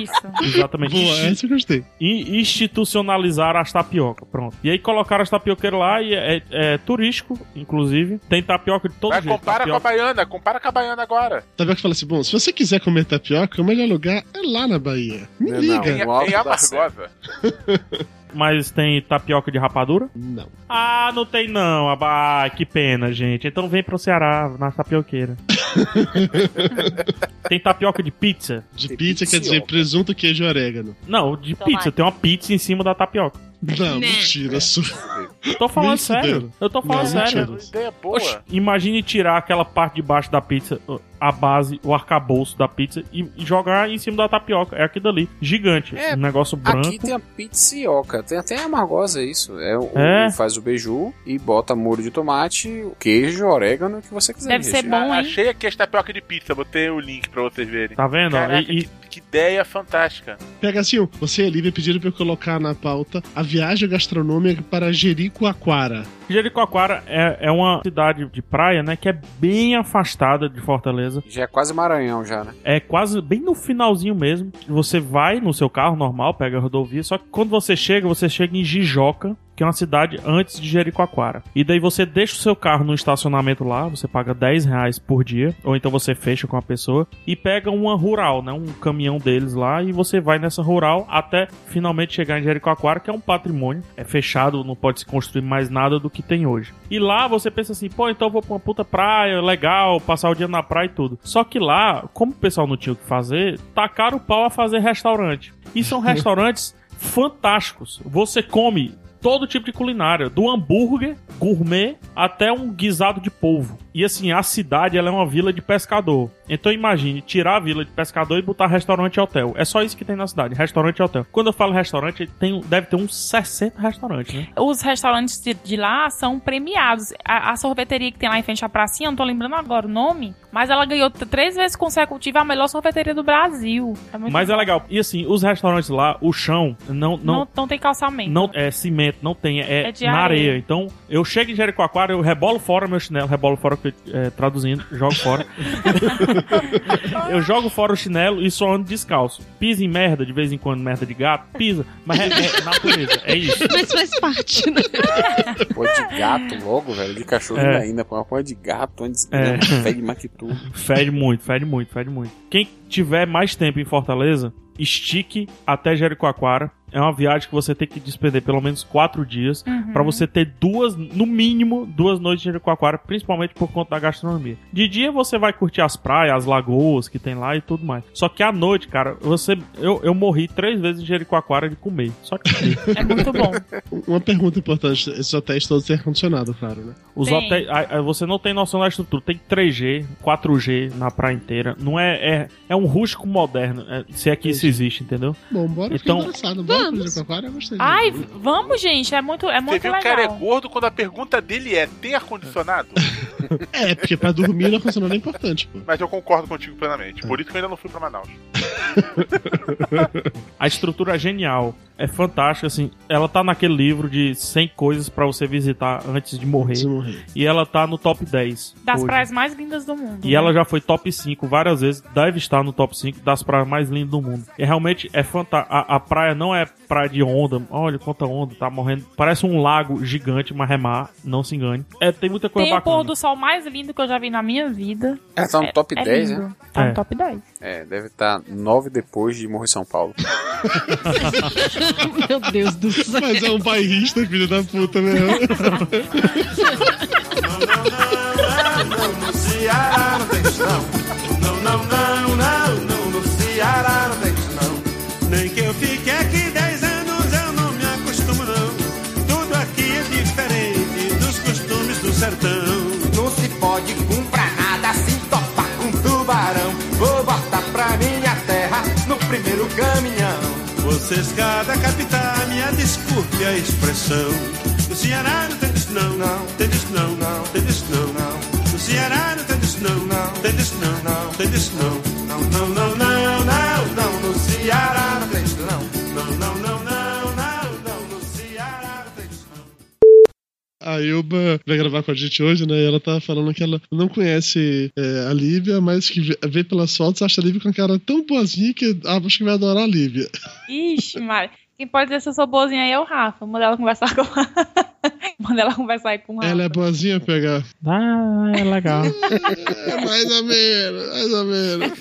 Isso.
Exatamente.
Boa, essa eu gostei.
E institucionalizaram as tapioca, pronto. E aí colocaram as tapioqueiras lá e é, é turístico, inclusive. Tem tapioca de todo
Vai,
jeito.
compara com a
tapioca-
baiana, compara com a baiana agora.
Tapioca fala assim: bom, se você quiser comer tapioca, o melhor lugar é lá na Bahia. Me
Não,
liga.
Em, em Amargosa.
Mas tem tapioca de rapadura?
Não.
Ah, não tem não. Ah, bah, que pena, gente. Então vem pro Ceará, na tapioqueira. tem tapioca de pizza?
De pizza quer dizer presunto, queijo e orégano.
Não, de
Tomate.
pizza. Tem uma pizza em cima da tapioca.
Não,
Né.
mentira, sua.
Tô falando
Nem
sério.
fudendo.
Eu tô falando
Não,
É sério.
mentira.
Ideia boa.
Oxe, imagine tirar aquela parte de baixo da pizza, a base, o arcabouço da pizza e e jogar em cima da tapioca. É aquilo ali, gigante.
É,
um negócio branco.
Aqui tem a pizzioca, tem até a amargosa isso. É, o-
É?
faz o beiju e bota molho de tomate, queijo, orégano, o que você quiser. recheio.
A- Ah, Achei aqui as tapioca de pizza, botei o link pra vocês verem.
Tá vendo?
Caraca,
E- e-
Que, que ideia fantástica.
Pega assim, ó, você e Lívia pediram pra eu colocar na pauta a viagem gastronômica para Jericoacoara.
Jericoacoara é, é uma cidade de praia, né? Que é bem afastada de Fortaleza.
Já é quase Maranhão, já, né?
É quase bem no finalzinho mesmo. Você vai no seu carro normal, pega a rodovia. Só que quando você chega, você chega em Jijoca, que é uma cidade antes de Jericoacoara. E daí você deixa o seu carro no estacionamento lá, você paga 10 reais por dia, ou então você fecha com a pessoa e pega uma rural, né? Um caminhão deles lá e você vai nessa rural até finalmente chegar em Jericoacoara, que é um patrimônio. É fechado, não pode se construir mais nada do que tem hoje. E lá você pensa assim, pô, então eu vou pra uma puta praia, legal, passar o dia na praia e tudo. Só que lá, como o pessoal não tinha o que fazer, tacaram o pau a fazer restaurante. E são restaurantes fantásticos. Você come todo tipo de culinária, do hambúrguer, gourmet, até um guisado de polvo. E assim, a cidade ela é uma vila de pescador. Então imagine tirar a vila de pescador e botar restaurante e hotel. É só isso que tem na cidade, restaurante e hotel. Quando eu falo restaurante, tem, deve ter uns 60 restaurantes, né?
Os restaurantes de, de lá são premiados. A, a sorveteria que tem lá em frente à pracinha, não tô lembrando agora o nome, mas ela ganhou t- três vezes consecutiva a melhor sorveteria do Brasil. É muito
Mas é legal. E assim, os restaurantes lá, o chão não
não,
não
não tem calçamento.
não é cimento, não tem, é,
É de
na areia.
areia.
Então, eu chego em Jericoacoara, eu rebolo fora meu chinelo, rebolo fora, que, é, traduzindo, jogo fora. eu jogo fora o chinelo e só ando descalço. Pisa em merda, de vez em quando, merda de gato, pisa, mas é, é natureza, é isso.
Mas faz parte, né?
Pô, de gato logo, velho. De cachorro
É.
ainda, pô. Uma porra de gato, antes
É.
fede mais que tudo.
Fede muito, fede muito, fede muito. Quem tiver mais tempo em Fortaleza, estique até Jericoacoara. É uma viagem que você tem que despender pelo menos quatro dias
Uhum.
pra você ter duas, no mínimo, duas noites de Jericoacoara, principalmente por conta da gastronomia. De dia você vai curtir as praias, as lagoas que tem lá e tudo mais. Só que à noite, cara, você eu, eu morri três vezes em Jericoacoara de comer. Só que
é muito bom.
Um, Uma pergunta importante: esses hotéis todos têm ar-condicionado, claro, né?
Os
Tem.
hotéis, a- a- você não tem noção da estrutura. Tem 3G, 4G na praia inteira. Não é é, é um rústico moderno, é, se é que isso existe, entendeu?
Bom, bora,
Então-
então, engraçado. Bora pro Jericoacoara, eu gostei.
Ai, v- vamos, gente. É muito, é
Você
muito
viu
legal.
que o cara é gordo quando a pergunta dele é: tem ar-condicionado?
É, porque pra dormir o ar-condicionado é importante, pô.
Mas eu concordo contigo plenamente. Por isso que eu ainda não fui pra Manaus.
A estrutura é genial, é fantástica, assim. Ela tá naquele livro de 100 coisas pra você visitar antes de morrer. E ela tá no top 10.
Das
hoje.
praias mais lindas do mundo. né?
E ela já foi top 5 várias vezes, deve estar no top 5 das praias mais lindas do mundo. E realmente é fantástico. A, a praia não é praia de onda. Olha quanta onda, tá morrendo. Parece um lago gigante, mas é mar, não se engane. É, tem muita coisa
Tem o pôr
bacana.
do sol mais lindo que eu já vi na minha vida.
É, tá no top 10,
lindo.
né?
Tá
É.
no top 10.
É, deve estar nove depois de morrer em São Paulo.
Meu Deus do céu. Mas é um bairrista, filho da puta, né?
Não, no Ceará não tem isso não. Não, não, não, não, não, no Ceará não tem isso não. Nem que eu fique aqui 10 anos eu não me acostumo não. Tudo aqui é diferente dos costumes do sertão. Não se pode comprar nada se topar com tubarão. Vou botar pra minha terra no primeiro
sesgada, captar minha desculpe a expressão. No Ceará não tem disso não, não, tem disso não, não, tem disso não, não. No Ceará não tem disso não, não, tem disso não, não, tem disso não. Não, não, não, não, não, não, no Ceará não tem disso não. Não, não, não, não, não, não, no Ceará não tem disso não.
A Ilba vai gravar com a gente hoje, né? E ela tá falando que ela não conhece é, a Lívia, mas que vê- vê pelas fotos, acha a Lívia com a cara tão boazinha que ah, acho que vai adorar a Lívia.
Ixi, Mari. Quem pode dizer se eu sou boazinha aí é o Rafa. Manda ela conversar com Manda ela conversar aí com o Rafa.
Ela é boazinha pegar.
Ah, é legal.
mais ou menos, mais ou menos.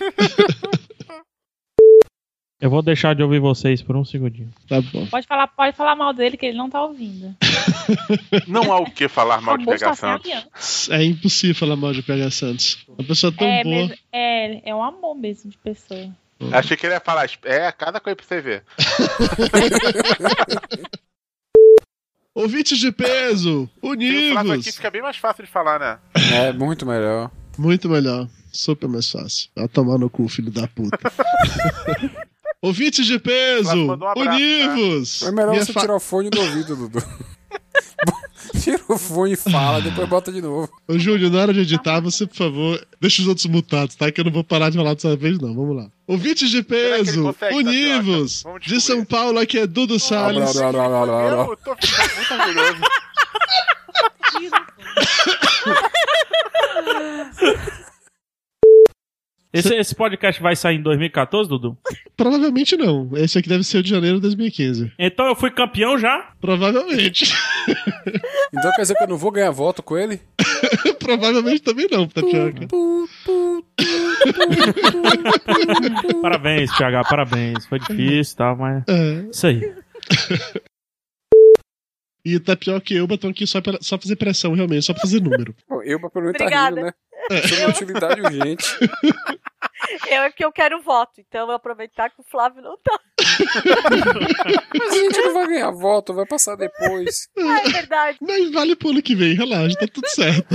Eu vou deixar de ouvir vocês por um segundinho.
Tá bom.
Pode falar, pode falar mal dele, que ele não tá ouvindo.
Não há o que falar mal de
Famoso
pegar
assim,
Santos.
É impossível falar mal de PH Santos. Uma pessoa tão
é,
boa.
mesmo- é, é um amor mesmo de pessoa.
Achei que ele ia falar, é, cada coisa pra você ver.
Ouvintes de peso,
O um Flávio aqui
unidos!
fica é bem mais fácil de falar, né?
É, muito melhor. Muito melhor. Super mais fácil. Vai tomar no cu, filho da puta. Ouvintes de peso,
um tá?
univos!
É melhor
Minha
você
fa-
tirar o fone do ouvido, Dudu. Tira o fone e fala, depois bota de novo.
Ô, Júlio, na hora de editar, você, por favor, deixa os outros mutados, tá? Que eu não vou parar de falar dessa vez, não. Vamos lá. Ouvintes de peso, univos! De São Paulo, aqui é Dudu Salles. é,
Eu tô ficando muito orgulhoso.
Esse, esse podcast vai sair em 2014, Dudu?
Provavelmente não. Esse aqui deve ser o de janeiro de 2015.
Então eu fui campeão já?
Provavelmente.
Então quer dizer que eu não vou ganhar voto com ele?
Provavelmente também não, tá Tapioca.
Parabéns, PH, parabéns. Foi difícil e tal, mas.
É.
Isso aí.
E tá Tapioca e Elba estão aqui só pra só fazer pressão, realmente, só pra fazer número.
Bom, eu, pelo menos, tá
Obrigada.
rindo, né? Sobre utilidade urgente.
Eu é porque eu quero voto, então eu vou aproveitar que o Flávio não tá.
Mas a gente não vai ganhar voto, vai passar depois.
Ah, é verdade.
Mas vale pro ano que vem, relaxa, tá tudo certo.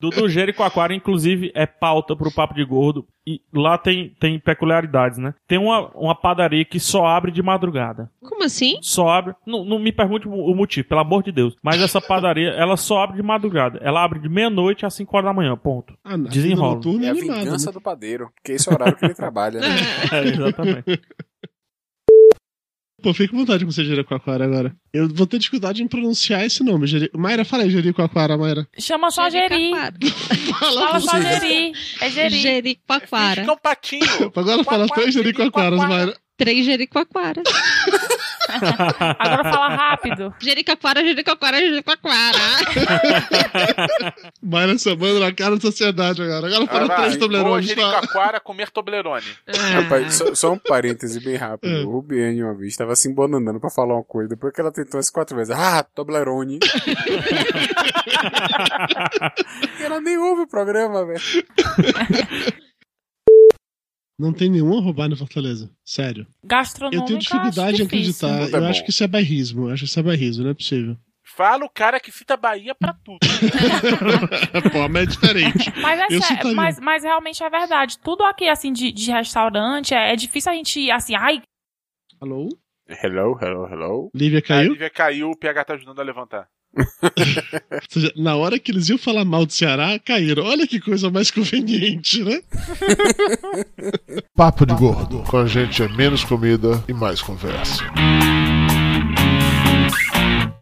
Dudu Jericoacoara, inclusive, é pauta pro Papo de Gordo. E lá tem, tem peculiaridades, né? Tem uma, uma padaria que só abre de madrugada.
Como assim?
Só abre. Não, não me pergunte o- o motivo, pelo amor de Deus. Mas essa padaria, ela só abre de madrugada. Ela abre de meia-noite às 5 horas da manhã, ponto.
Ah,
não.
Desenrola.
é a vingança do padeiro, porque esse é o horário que ele trabalha. Né?
É, exatamente.
Pô, fiquei com vontade de você Jericoacoara agora. Eu vou ter dificuldade em pronunciar esse nome. Jeri... Mayra, fala aí Jericoacoara, Mayra.
Chama só Geri. Fala só
você.
Geri. É Geri.
Jericoacoara.
um patinho.
Agora fala três Jericoacoaras, Mayra.
Três Jericoacoaras.
Agora fala rápido.
Jericoacoara, Jericoacoara, Jericoacoara.
Mayra Samandra na cara da sociedade agora. Agora fala três Toblerones, fala.
Jericoacoara comer Toblerone.
Rapaz, só, só um parêntese bem rápido. O Rubiane uma vez tava se embananando pra falar uma coisa, depois que ela tentou as quatro vezes. Ah, Toblerone. ela nem ouve o programa, velho.
Não tem nenhum a roubar no Fortaleza. Sério. Eu
Gastronômico.
tenho dificuldade em acreditar.
Tudo é
Eu
bom.
acho que isso é bairrismo. Eu acho que isso é bairrismo, não é possível.
Fala o cara que cita Bahia pra tudo.
Pô, mas é diferente.
Mas, é
Eu
sé-
citaria.
mas, mas realmente é verdade. Tudo aqui, assim, de, de restaurante, é, é difícil a gente, assim, ai,
Alô?
Hello, hello, hello.
Lívia
A
caiu?
Lívia caiu, o PH tá ajudando a levantar.
Ou seja, na hora que eles iam falar mal do Ceará, caíram. Olha que coisa mais conveniente, né?
Papo de Gordo. Com a gente é menos comida e mais conversa.